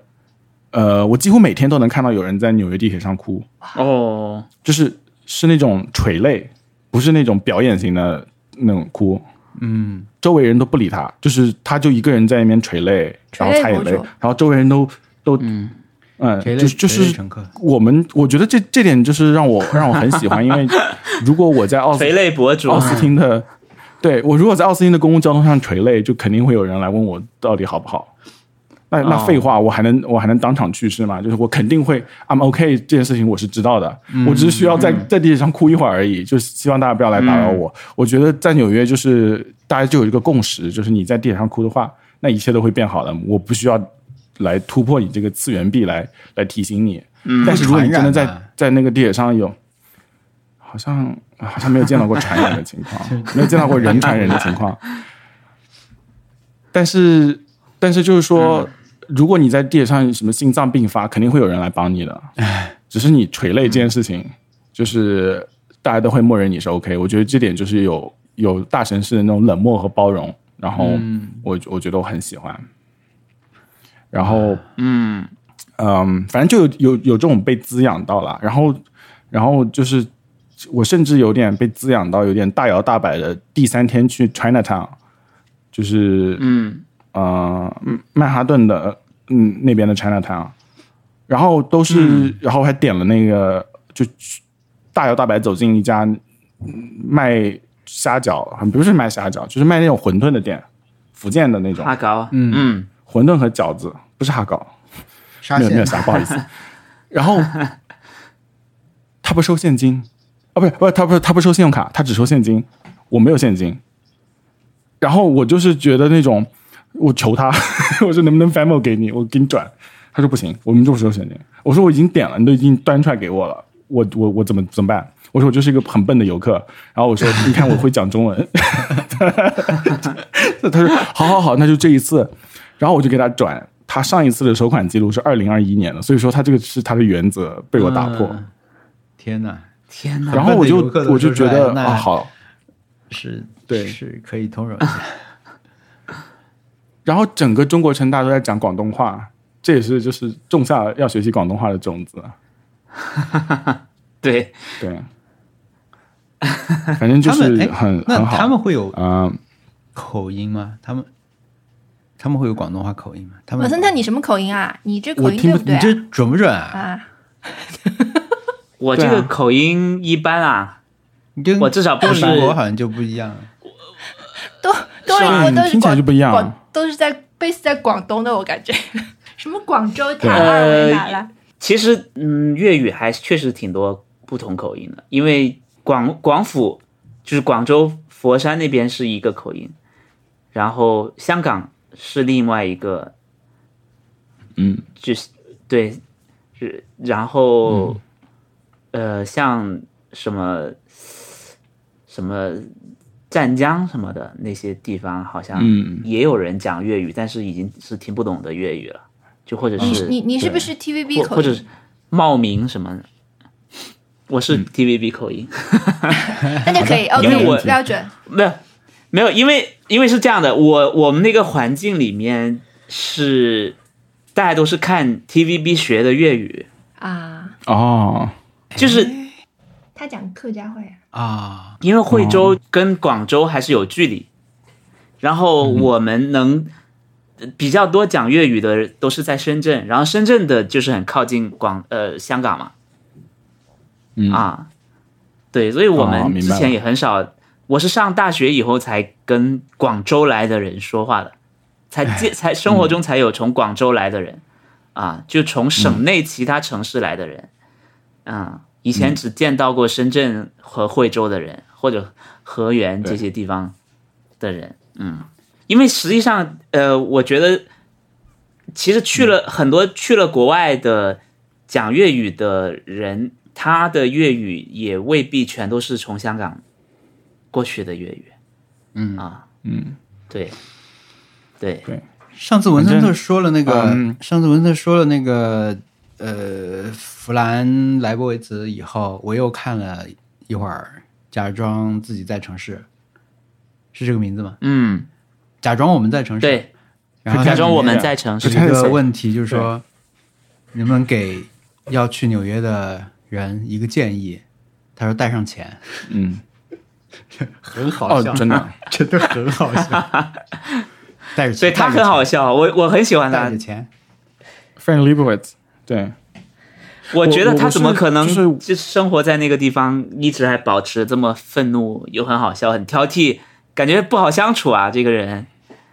呃，我几乎每天都能看到有人在纽约地铁上哭，哦，就是是那种垂泪，不是那种表演型的那种哭。嗯，周围人都不理他，就是他就一个人在那边垂泪，垂然泪后擦眼博泪，主然后周围人都都嗯嗯垂泪就就垂泪是乘客我们，我觉得这这点就是让我让我很喜欢，因为如果我在奥斯肥类博主奥，斯汀的，对我如果在奥斯汀的公共交通上垂泪，就肯定会有人来问我到底好不好。那那哦废话，我还能我还能当场去世吗？就是我肯定会，I'm OK 这件事情我是知道的，我只是需要在在地铁上哭一会儿而已。就是希望大家不要来打扰我。我觉得在纽约就是大家就有一个共识，就是你在地铁上哭的话，那一切都会变好的。我不需要来突破你这个次元壁来来提醒你。但是如果你真的嗯传在染啊在那个地铁上有，好像好像没有见到过传染的情 况，没有见到过人传人的情况。但是，但是就是嗯说，如果你在地铁上什么心脏病发，肯定会有人来帮你的。只是你垂泪这件事情，就是大家都会默认你是 OK。我觉得这点就是有有大城市的那种冷漠和包容，然后嗯我我觉得我很喜欢。然后嗯嗯，反正就有有有这种被滋养到了，然后然后就是我甚至有点被滋养到，有点大摇大摆的。第三天去 China Town，就是嗯，呃曼哈顿的嗯那边的 China Town，然后都是、嗯然后还点了那个就去大摇大摆走进一家嗯卖虾饺，不是卖虾饺，就是卖那种馄饨的店，福建的那种阿高，嗯馄饨和饺子，不是哈糕。沙没有没有县啥，不好意思。然后他不收现金，啊，不是不是，他不是他不收信用卡，他只收现金。我没有现金，然后我就是觉得那种，我求他， 我说能不能 Venmo 给你，我给你转。他说不行，我们就不收现金。我说我已经点了，你都已经端出来给我了，我我我怎么怎么办？我说我就是一个很笨的游客。然后我说 你看我会讲中文，他说好好好，那就这一次。然后我就给他转，他上一次的收款记录是二零二一年的，所以说他这个是他的原则被我打破。嗯天哪，天哪，然后我就笨的游客都我就觉说出来得哦了那啊好，是 对是可 以通融一下。然后整个中国城大都在讲广东话，这也是就是种下要学习广东话的种子。对，对，反正就他是们哎很那很好。他们会有啊、口音吗？他们他们会有广东话口音吗？他们老森特，你什么口音啊？你这口嗯我音听对不对你啊？这准不准啊？啊，我对这啊嗯个口音一般啊，你跟我至少不跟是中国好像就不一样。都都是因啊为你都是听起来广就不一样广都是在 base 在广东的，我感觉 什么广州、塔对呃尔维达啦，其实，嗯，粤语还确实挺多不同口音的，因为广广府就是广州佛山那边是一个口音，然后香港是另外一个，嗯，就是对，是然后、嗯呃，像什么什么湛江什么的那些地方，好像嗯也有人讲粤语，但是已经是听不懂的粤语了，就或者哦你是你你是不对是 TVB 或口或者音是？茂名什么的。我是 TVB 口音，那就可以好的没有问，OK，题标准。没有没有，因为因为是这样的，我我们那个环境里面是大家都是看 TVB 学的粤语，啊，哦，就是他讲客家话呀。啊，因为惠哦州跟广州还是有距离，然嗯后我们能呃比较多讲粤语的都是在深圳，然后深圳的就是很靠近广呃香港嘛，嗯啊，对，所以我哦们明之白前了也很少，我是上大学以后才跟广州来的人说话的，才见才生嗯活中才有从广州来的人，啊，就从嗯省内其他城市来的人，啊，以前嗯只见到过深圳和惠州的人，或者河源这些地方的人，嗯，因为实际上，呃，我觉得其实去嗯了很多去了国外的讲粤语的人，他的粤语也未必全都是从香港过去的粤语。嗯啊，嗯，对，对，上次文森特说了那个，嗯上次文森特说了那个，呃，弗兰莱博维茨以后，我又看了一会儿，假装自己在城市，是这个名字吗？嗯，假装我们在城市，对，然后假装我们在城市有一个问题就是说，能不能给要去纽约的人一个建议？他说带上钱，嗯， 很好哦笑，，真的，真的很好笑，带着钱，所以他很好笑，我我很喜欢带他着，钱， Frank Leibowitz，对，我觉得他怎么可我我能我就生活在那个地方，一直还保持这么愤怒又很好笑、很挑剔，感觉不好相处啊，这个人。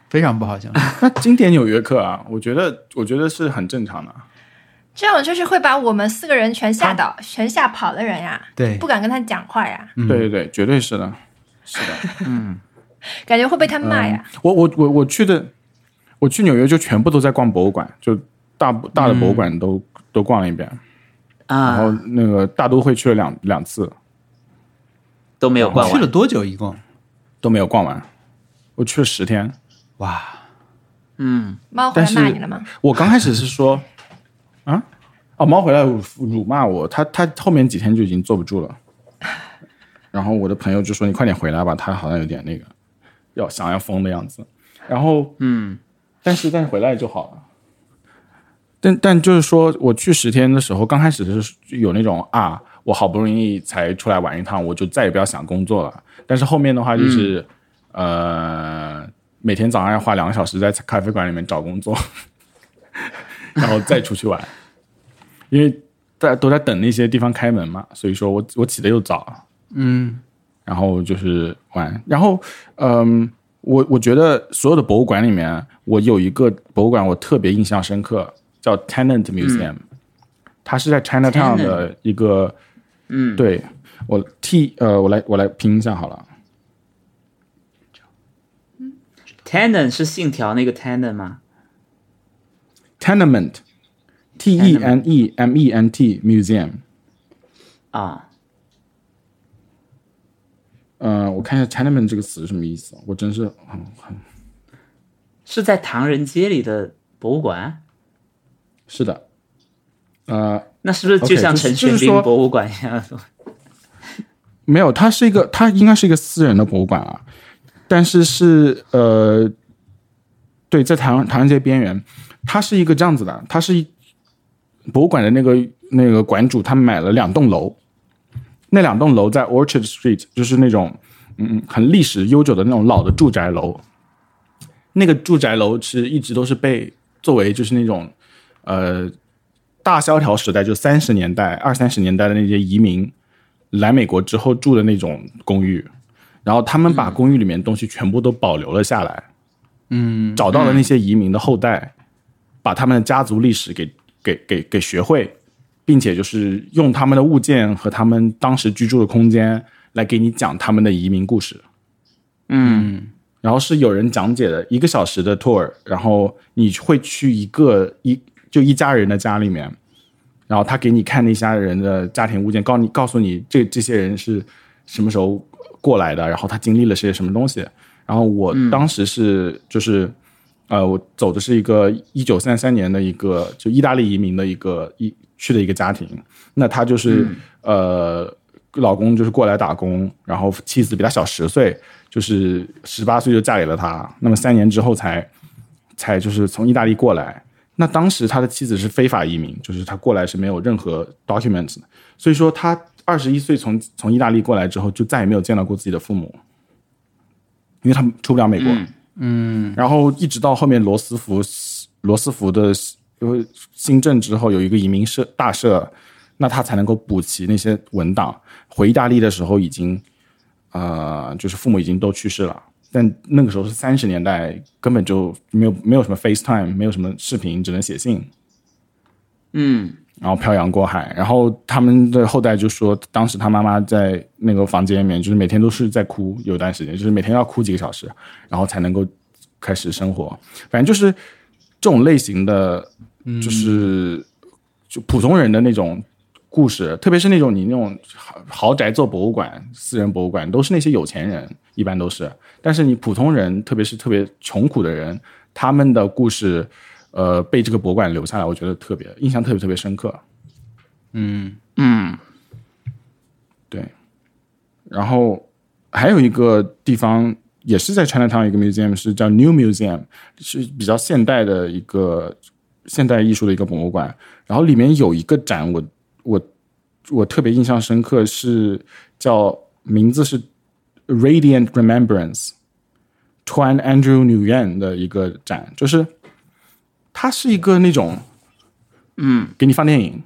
非常不好笑。那经典纽约客啊，我觉得我觉得是很正常的。这种就是会把我们四个人全吓倒、全吓跑的人呀，对不敢跟他讲话呀，嗯对对对，绝对是的，是的。感觉会被他骂呀。嗯我我我我去的，我去纽约就全部都在逛博物馆，就大嗯大的博物馆都、都逛了一遍，然后啊，那个大都会去了两两次都没有逛逛去完了，多久？一共？都没有逛完，我去了十天。哇，嗯，猫回来但是骂你了吗？我刚开始是说， 啊，哦，猫回来辱辱骂我，他他后面几天就已经坐不住了。然后我的朋友就说：“你快点回来吧，他好像有点那个，要想要疯的样子。”然后，嗯，但是但是回来就好了。但但就是说，我去十天的时候，刚开始是有那种啊，我好不容易才出来玩一趟，我就再也不要想工作了。但是后面的话就是，嗯呃，每天早上要花两个小时在咖啡馆里面找工作，然后再出去玩，因为大家都在等那些地方开门嘛，所以说我我起的又早，嗯，然后就是玩，然后嗯，我我觉得所有的博物馆里面，我有一个博物馆我特别印象深刻，叫 Tenant Museum，、它是在 Chinatown 的一个，嗯，对我 T 呃，我来我来拼一下好了， Tendon 是信条那个 Tendon 吗？ Tenement。T E N E M E N T Museum，啊，嗯、呃，我看一下 tenement 这个词是什么意思，我真是很很是在唐人街里的博物馆，是的，呃，那是不是 OK，就像就是陈就雪是冰说博物馆一样？没有，它是一个，它应该是一个私人的博物馆啊，但是是呃，对，在唐唐人街边缘，它是一个这样子的，它是一博物馆的那个那个馆主，他买了两栋楼，那两栋楼在 Orchard Street，就是那种嗯很历史悠久的那种老的住宅楼，那个住宅楼是一直都是被作为就是那种呃大萧条时代，就三十年代、二三十年代的那些移民来美国之后住的那种公寓，然后他们把公寓里面东西全部都保留了下来，嗯，找到了那些移民的后代，把他们的家族历史给给给给学会，并且就是用他们的物件和他们当时居住的空间来给你讲他们的移民故事。嗯然后是有人讲解的一个小时的 tour，然后你会去一个一就一家人的家里面，然后他给你看那家人的家庭物件，告你告诉你这这些人是什么时候过来的，然后他经历了些什么东西。然后我当时是就是、呃，我走的是一个一九三三年的一个就意大利移民的一个一去的一个家庭，那他就是、呃，老公就是过来打工，然后妻子比他小十岁，就是十八岁就嫁给了他，那么三年之后才才就是从意大利过来。那当时他的妻子是非法移民，就是他过来是没有任何 documents 的，所以说他二十一岁从从意大利过来之后，就再也没有见到过自己的父母，因为他们出不了美国。嗯，然后一直到后面罗斯福罗斯福的呃新政之后，有一个移民社大社，那他才能够补齐那些文档。回意大利的时候已经，呃，就是父母已经都去世了，但那个时候是三十年代，根本就没有没有什么 FaceTime，没有什么视频，只能写信。嗯然后漂洋过海，然后他们的后代就说，当时他妈妈在那个房间里面，就是每天都是在哭，有段时间就是每天要哭几个小时，然后才能够开始生活。反正就是这种类型的，就是、就普通人的那种故事，特别是那种你那种豪豪宅做博物馆、私人博物馆，都是那些有钱人，一般都是。但是你普通人，特别是特别穷苦的人，他们的故事，呃，被这个博物馆留下来，我觉得特别印象特别特别深刻。嗯对，然后还有一个地方也是在 Chinatown 一个 museum 是叫 New Museum，是比较现代的一个现代艺术的一个博物馆。然后里面有一个展我，我我特别印象深刻，是叫名字是 Radiant Remembrance，Twan Andrew Nguyen 的一个展，就是它是一个那种嗯给你放电影，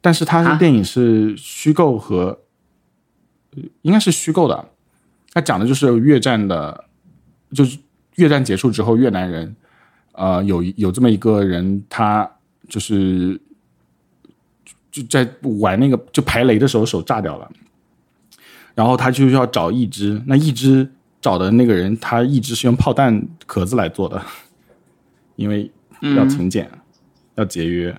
但是它啊是电影是虚构和，呃应该是虚构的。它讲的就是越战的，就是越战结束之后，越南人，呃，有有这么一个人，他就是就就在玩那个就排雷的时候手炸掉了，然后他就要找一只，那一只找的那个人，他一只是用炮弹壳子来做的，因为要勤俭，要节约。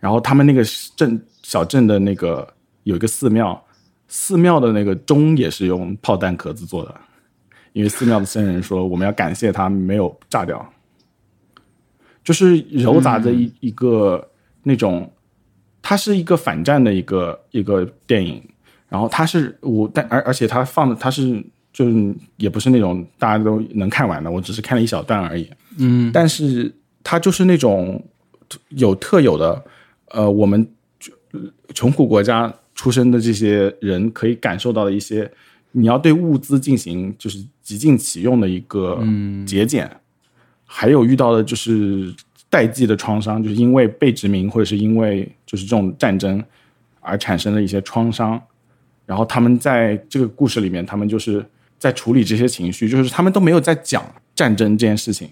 然后他们那个镇小镇的那个有一个寺庙，寺庙的那个钟也是用炮弹壳子做的，因为寺庙的僧人说我们要感谢他没有炸掉，就是糅杂着一一个那种，它是一个反战的一个一个电影，然后它是我但而而且它放的它是就是也不是那种大家都能看完的，我只是看了一小段而已，嗯，但是它就是那种呃有特有的，呃，我们穷苦国家出身的这些人可以感受到的一些，你要对物资进行就是极尽其用的一个节俭，还有遇到的就是代际的创伤，就是因为被殖民或者是因为就是这种战争而产生的一些创伤，然后他们在这个故事里面，他们就是在处理这些情绪，就是他们都没有在讲战争这件事情，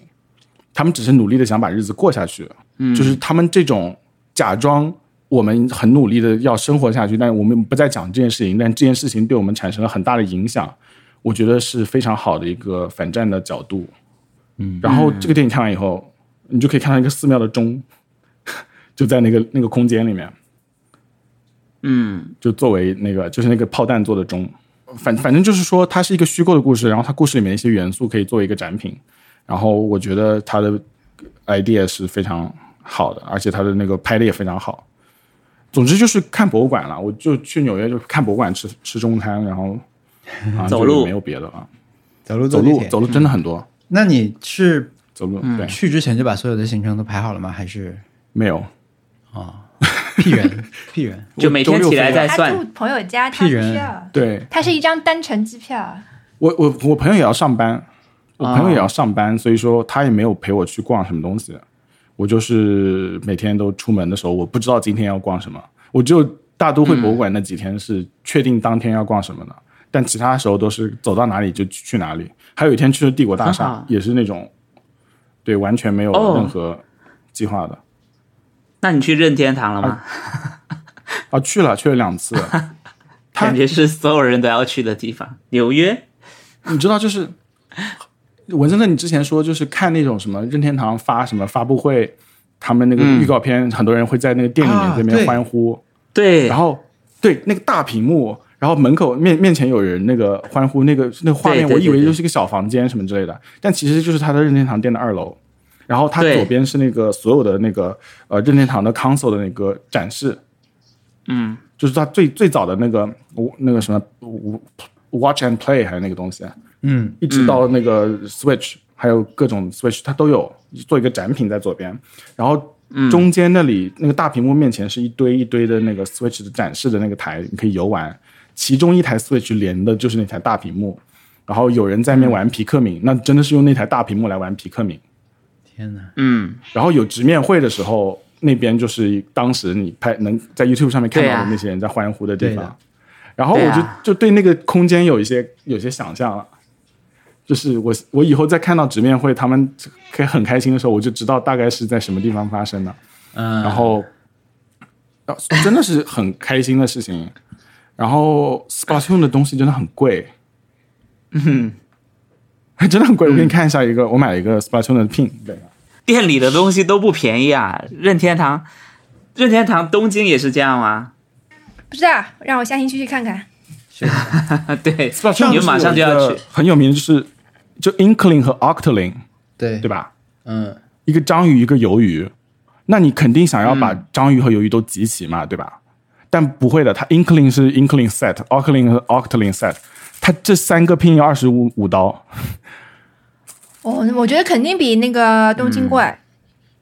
他们只是努力的想把日子过下去，嗯，就是他们这种假装我们很努力的要生活下去，但我们不再讲这件事情，但这件事情对我们产生了很大的影响，我觉得是非常好的一个反战的角度，嗯，然后这个电影看完以后，你就可以看到一个寺庙的钟， 就在那个那个空间里面，嗯就作为那个就是那个炮弹做的钟，反反正就是说它是一个虚构的故事，然后它故事里面的一些元素可以作为一个展品，然后我觉得它的 idea 是非常好的，而且它的那个拍的也非常好，总之就是看博物馆了，我就去纽约就看博物馆吃吃中餐，然后好像就走路嗯没有别的了，走路走地路铁走路真的很多，那你是走路对去之前就把所有的行程都排好了吗？还是没有屁人屁人？就每天起来再他住算。朋友家，他不屁需人要，对他是一张单程机票。我我我朋友也要上班，我啊朋友也要上班，所以说他也没有陪我去逛什么东西。我就是每天都出门的时候，我不知道今天要逛什么，我只有大都会博物馆那几天是确定当天要逛什么的，但其他时候都是走到哪里就去哪里。还有一天去了帝国大很厦好，也是那种对完全没有哦任何计划的、那你去任天堂了吗？啊，去了去了两次，他感觉是所有人都要去的地方，纽约。你知道，就是文森特，你之前说就是看那种什么任天堂发什么发布会，他们那个嗯预告片，很多人会在那个店里面啊这边对欢呼，对然，后对那个大屏幕，然后门口面面前有人那个欢呼，那个那个画面，对对我以对为对就是一个小房间什么之类的，但其实就是他的任天堂店的二楼。然后它对左边是那个所有的那个呃任天堂的 console 的那个展示，嗯，就是它最最早的那个那个什么 watch and play 还是那个东西，啊嗯，一直到那个 Switch，、还有各种 Switch，它都有做一个展品在左边，然后嗯中间那里、那个大屏幕面前是一堆一堆的那个 Switch 的展示的那个台，你可以游玩。其中一台 Switch 连的就是那台大屏幕，然后有人在那边玩皮克敏，那真的是用那台大屏幕来玩皮克敏。天哪！嗯，然后有直面会的时候，那边就是当时你拍能在 YouTube 上面看到对啊的那些人在欢呼的地对方，的然后我就、对啊就对那个空间有一些有些想象了。就是我，我以后再看到直面会，他们可以很开心的时候，我就知道大概是在什么地方发生的。嗯，然后，啊真的是很开心的事情。然后 Splatoon 的东西真的很贵，嗯， 真的很贵。我给你看一下一个，我买了一个 Splatoon 的 pin，对，店里的东西都不便宜啊。任天堂，任天堂东京也是这样吗？不知道，让我下星期去看看。啊， 对， Splatoon 你们马上就要去。，嗯很有名的就是就 Inkling 和 Octoling，对对吧？嗯，一个章鱼，一个鱿鱼，那你肯定想要把嗯章鱼和鱿鱼都集齐嘛，对吧？但不会的，它 Inkling 是 Inkling set，Octoling 和 Octoling set，它这三个拼要二十五五刀，我、我觉得肯定比那个东京贵，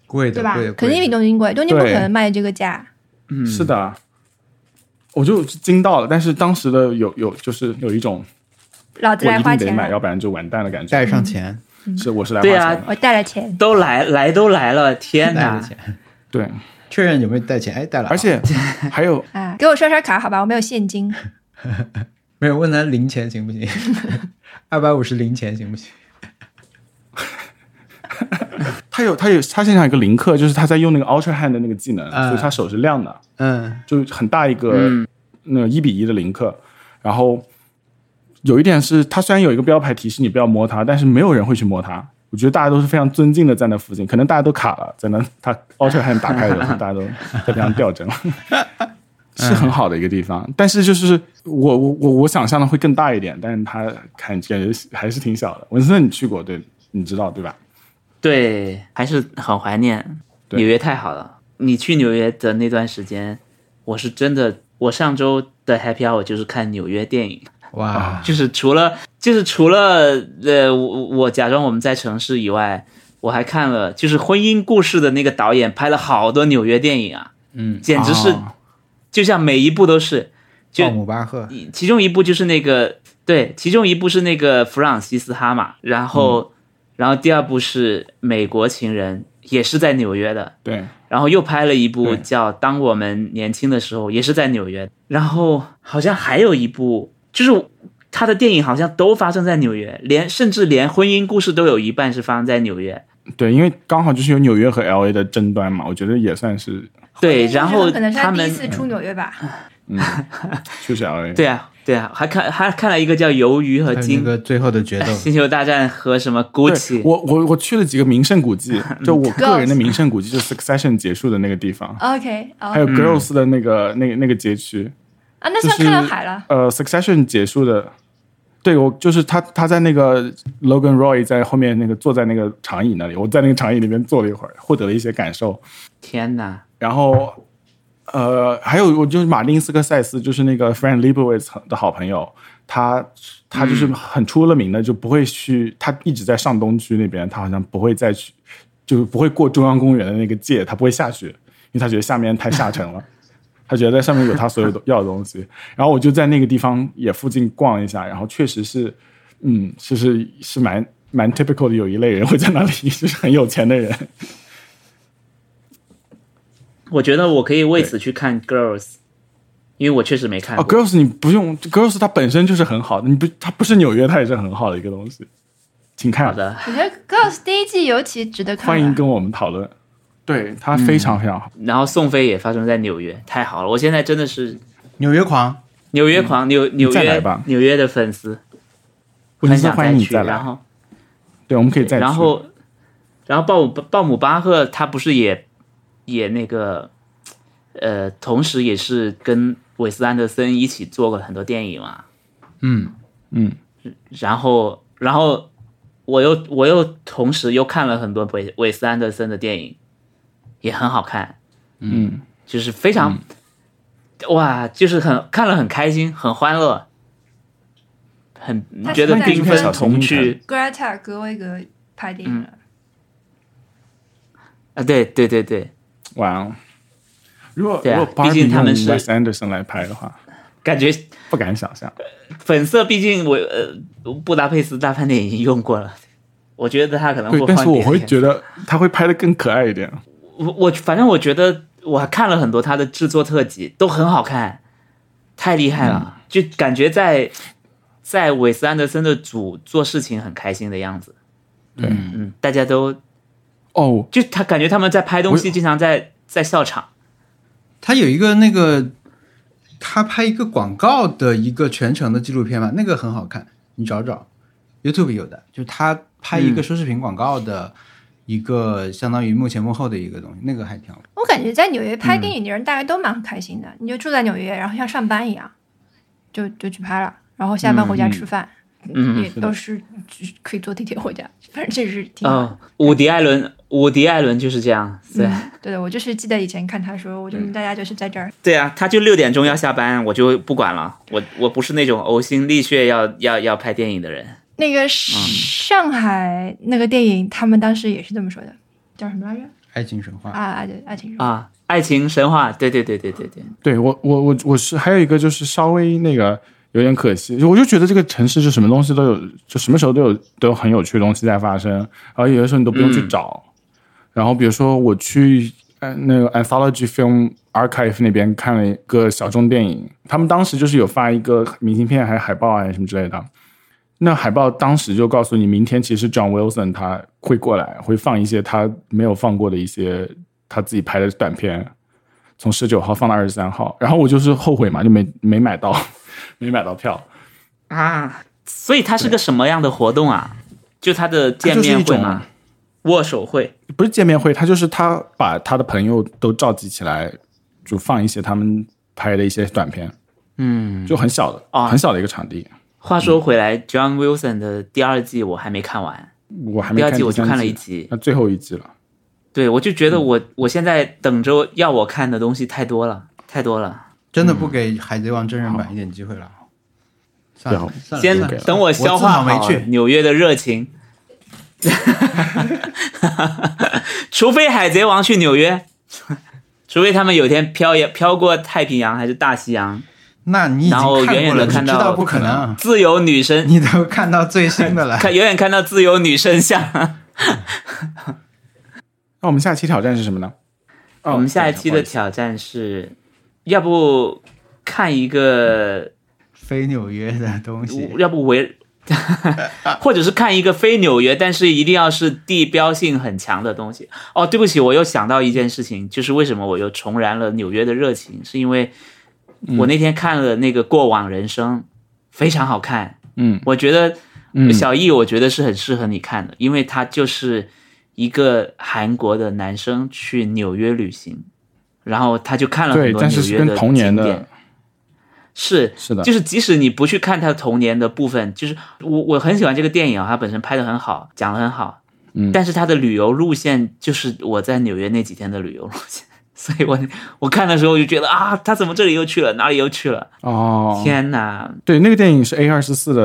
贵的对吧贵的，肯定比贵的东京贵，东京不对可能卖这个价。嗯是的，我就惊到了。但是当时的有有就是有一种老子我来一花定得钱啊买，要了，不然就完蛋的感觉。带上钱，是我是来花对钱啊的，我带了钱，都来来都来了，天带哪着！钱， 对，确认有没有带钱？哎，带了啊，而且还有啊，给我刷刷卡好吧，我没有现金。没有问他零钱行不行？二百五十零钱行不行？他有他有他现场有一个林克，就是他在用那个 Ultra Hand 的那个技能，嗯所以他手是亮的，嗯，就是很大一个、嗯那个一比一的林克。然后有一点是，他虽然有一个标牌提示你不要摸它，但是没有人会去摸它。我觉得大家都是非常尊敬的在那附近，可能大家都卡了，在那他 Ultra Hand 打开的时候，大家都在边上吊着了。是很好的一个地方，但是就是我我我我想象的会更大一点，但是它感觉还是挺小的。文森特，你去过对，你知道对吧？对，还是很怀念对纽约，太好了。你去纽约的那段时间，我是真的，我上周的 Happy Hour 就是看纽约电影，哇，就是除了就是除了呃，我我假装我们在城市以外，我还看了就是《婚姻故事》的那个导演拍了好多纽约电影啊，嗯，简直是、啊就像每一部都是，就鲍姆巴赫，其中一部就是那个对，其中一部是那个弗朗西斯哈嘛，然后、然后第二部是《美国情人》，也是在纽约的，对，然后又拍了一部对叫《当我们年轻的时候》，也是在纽约，然后好像还有一部就是。他的电影好像都发生在纽约，连甚至连婚姻故事都有一半是发生在纽约。对，因为刚好就是有纽约和 L A 的争端嘛，我觉得也算是哦对，然后可能是他他第一们次出纽约吧，确实 L A。对啊对啊，还看还看了一个叫《鱿鱼和还有那鲸》个最后的决 斗，星球大战和什么对 Gucci，我我我去了几个名胜古迹，就我个人的名胜古迹，就是 Succession 结束的那个地方， OK，哦、还有 Girls 的那个、那个那个街区，啊，那就算是看到海了。呃，Succession 结束的，对我就是他他在那个 Logan Roy 在后面那个坐在那个长椅那里，我在那个长椅里面坐了一会儿，获得了一些感受，天哪！然后呃呃，还有我就是马丁斯科塞斯，就是那个 Frank Lebowitz 的好朋友，他他就是很出了名的，就不会去，他一直在上东区那边，他好像不会再去，就是不会过中央公园的那个界，他不会下去，因为他觉得下面太下沉了。他觉得在上面有他所有的要的东西，然后我就在那个地方也附近逛一下，然后确实是，嗯，就是是蛮蛮 typical 的，有一类人会在那里，就是很有钱的人。我觉得我可以为此去看 Girls，因为我确实没看啊过。 ，Girls 你不用，Girls 它本身就是很好的，你不它不是纽约，它也是很好的一个东西，请好看，的，我觉得《Girls》第一季尤其值得看、啊。欢迎跟我们讨论。对嗯它非常非常好，然后宋飞也发生在纽约，太好了！我现在真的是纽约狂，纽约狂，纽纽嗯再来约吧纽约的粉丝，我很真的想欢迎你去。再来。然后，对，我们可以再去然后，然后鲍姆鲍姆巴赫他不是也也那个，呃，同时也是跟韦斯安德森一起做过很多电影嘛。嗯，嗯，然后，然后我又我又同时又看了很多韦韦斯安德森的电影，也很好看，嗯，就是非常，哇，就是很看了很开心，很欢乐，很他觉得现在缤是纷小心童翼翼趣 Greta 格威格拍电影了，啊，对对对对，哇哦！如果、对啊如果 Barbie 毕竟他们是用 Wes Anderson 来拍的话，感觉不敢想象。粉色毕竟我呃布达佩斯大饭店已经用过了，我觉得他可能会对，换但是我别的会颜色觉得他会拍的更可爱一点。我我反正我觉得我还看了很多他的制作特辑，都很好看，太厉害嗯了，就感觉在在韦斯安德森的组做事情很开心的样子。对嗯，大家都哦，就他感觉他们在拍东西，经常在在笑场。他有一个那个，他拍一个广告的一个全程的纪录片嘛，那个很好看，你找找，YouTube 有的，就是他拍一个奢侈品广告的一个相当于幕前幕后的一个东西，那个还挺好看。我感觉在纽约拍电影的人大概都蛮开心的。你就住在纽约，然后像上班一样，就就去拍了，然后下班回家吃饭，也嗯，都是只可以坐地铁回家， 反正这是挺好的。哦，伍迪艾伦，伍迪艾伦就是这样，对、嗯对的，我就是记得以前看他说，我觉得大家就是在这儿，对啊，他就六点钟要下班，我就不管了，我我不是那种呕心沥血要要要拍电影的人。那个上海那个电影，他们当时也是这么说的，叫什么来着？爱情神话，啊，爱的爱情说，啊，爱情神话，对对对对对对，对我我我我是还有一个就是稍微那个有点可惜，我就觉得这个城市就什么东西都有，就什么时候都有都有很有趣的东西在发生，然后有的时候你都不用去找。然后比如说我去呃那个 Anthology Film Archive 那边看了一个小众电影，他们当时就是有发一个明信片还是海报啊什么之类的。那海报当时就告诉你，明天其实 John Wilson 他会过来，会放一些他没有放过的一些他自己拍的短片，从十九号放到二十三号，然后我就是后悔嘛，就没没买到， 没买到票。啊，所以它是个什么样的活动啊？就它的见它就是面一会种吗？握手会？不是见面会，他就是他把他的朋友都召集起来，就放一些他们拍的一些短片，嗯，就很小的，啊很小的一个场地。话说回来、j 嗯 o h n Wilson 的第二季我还没看完，我还没第二看季我第就三嗯看了一集，集。那最后一集了。对，我就觉得我我现在等着要我看的东西太多了，太多了。真的不给《海贼王》真人版一点机会了。算了对啊，算嗯了先算了等我消化嗯我自讨好没趣。纽约的热情， 除非海贼王去纽约，除非他们有一天飘也飘过太平洋还是大西洋，那你已经然后远看远过地了，你看知到道不可能，自由女神你都看到最新的了。看远远看到自由女神像。那我们下期挑战是什么呢？哦我们下一期的等一下挑战是，要不看一个，非纽约的东西，要 不围，或者是看一个非纽约，但是一定要是地标性很强的东西。哦，对不起，我又想到一件事情，就是为什么我又重燃了纽约的热情，是因为嗯我那天看了那个《过往人生》，非常好看。嗯我觉得嗯小艺，我觉得是很适合你看的，因为他就是一个韩国的男生去纽约旅行，然后他就看了很对，多但纽是是约跟的童年景的点，是是的就是即使你不去看他童年的部分，就是我我很喜欢这个电影啊，它本身拍的很好，讲的很好，嗯但是它的旅游路线就是我在纽约那几天的旅游路线， 所以我我看的时候就觉得啊，他怎么这里又去了，哪里又去了？哦，天哪！对，那个电影是 A 二十四的，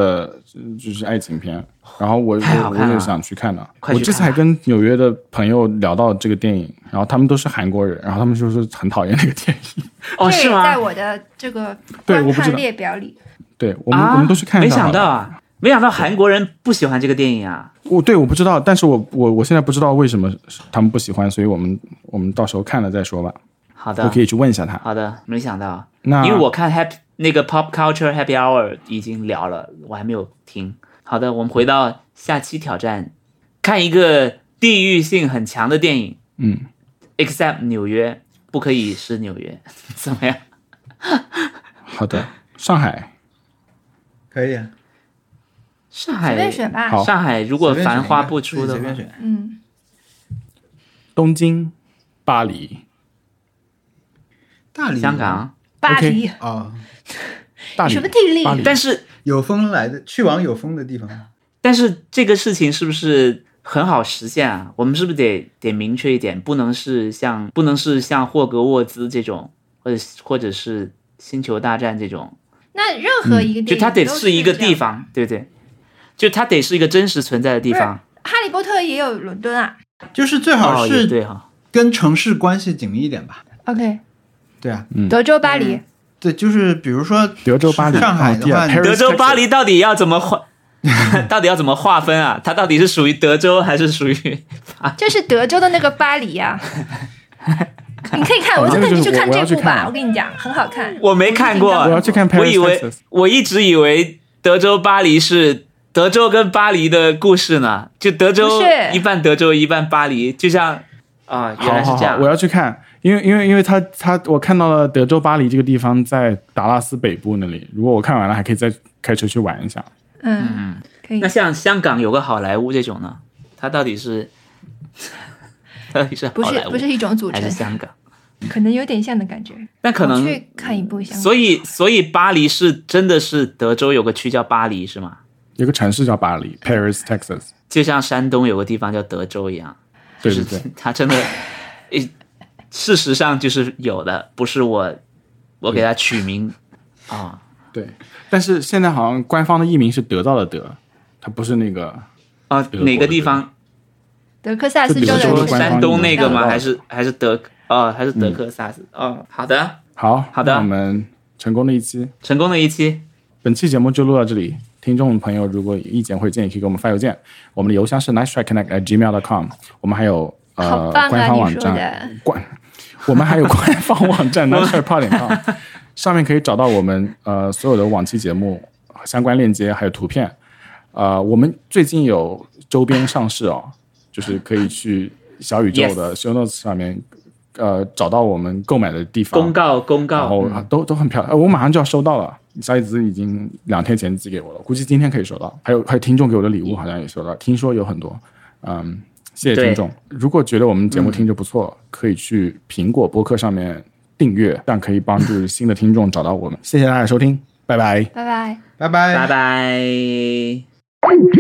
呃就是爱情片。然后我太好我看我了也想去看的。快去看我这次还跟纽约的朋友聊到这个电影，然后他们都是韩国人，然后他们就是很讨厌那个电影。哦，这是也在吗？我的这个对观我不知看道列表里，对我们、啊，我们都去看一没下好想了。到啊，没想到韩国人不喜欢这个电影啊。我对我不知道，但是我我我现在不知道为什么他们不喜欢，所以我们我们到时候看了再说吧。好我的可，以去问一下他。好的，没想到，啊那因为我看 Happy 那个 Pop Culture Happy Hour 已经聊了，我还没有听。好的，我们回到下期挑战，看一个地域性很强的电影嗯， ，Except 纽约，不可以是纽约， 怎么样？好的，上海可以啊，上随便海，选吧。好上海如果随便选繁一个花不出自的己随话便，选。嗯，东京、巴黎、大理香港，巴黎哦，大理什么地巴黎理？但是有风来的去往有风的地方，但是这个事情是不是很好实现啊？我们是不是得得明确一点，不能是像不能是像霍格沃兹这种，或者或者是星球大战这种，那任嗯何一个地就理，它得是一个地。方，对不对？就它得是一个真实存在的地方。哈利波特也有伦敦啊。就是最哎好哦，也是对哈、跟城市关系紧密一点吧。嗯 OK，对啊，德州、巴黎，对，就是比如说德州、巴黎、上海的话哦，对啊德州、 Paris, 巴黎到底要怎么划？ 到底要怎么划分啊？它到底是属于德州还是属于？啊就是德州的那个巴 黎呀、你可以看，哦我就那个带你就是去我看我要这去部看吧。了我跟你讲，很好看。我没看过，啊我要去看 Paris, 我以为 Texas 我一直以为德州巴黎是德州跟巴黎的故事呢，就德州不是一半德州一半巴黎，就像啊、原来是好好这样。好，我要去看，因为因为因为他他我看到了德州巴黎这个地方在达拉斯北部那里，如果我看完了，还可以再开车去玩一下。嗯，可以那。像香港有个好莱坞这种呢，它到底是 到底是不好是莱坞不是一种组还成是，香港？可能有点像的感觉。但可我能去看一部像，所以所以巴黎是真的是德州有个区叫巴黎是吗？有个城市叫巴黎 （Paris, Texas）。就像山东有个地方叫德州一样。对就对是 对，他真的，诶，事实上就是有的，不是我，我给他取 名啊、对。但是现在好像官方的译名是得到的得，它不是那个啊，哪个地方？德克萨斯州德的州说的官方山东那个吗？嗯还是还是德哦，还是德克萨斯？哦，好的，好。好的那我们成功的一期，成功的一期，本期节目就录到这里。听众朋友如果有意见或者建议，可以给我们发邮件。我们的邮箱是 nice try connect at gmail com。我们还有呃好棒官啊！方你网说站的，官，我们还有官方网站 nice try pod com，上面可以找到我们呃所有的往期节目相关链接还有图片。呃，我们最近有周边上市哦，就是可以去小宇宙的 show notes 上面呃找到我们购买的地方。公告公然告嗯后，都都很漂亮、呃我马上就要收到了。小椅子已经两天前寄给我了，估计今天可以收到。还有还有听众给我的礼物好像也收到，听说有很多。嗯，谢谢嗯对嗯听众。如果觉得我们节目听着不错，可以去苹果播客上面订阅，这样可以帮助新的听众找到我们。谢谢大家的收听，拜拜。拜拜。拜拜拜拜。 Thank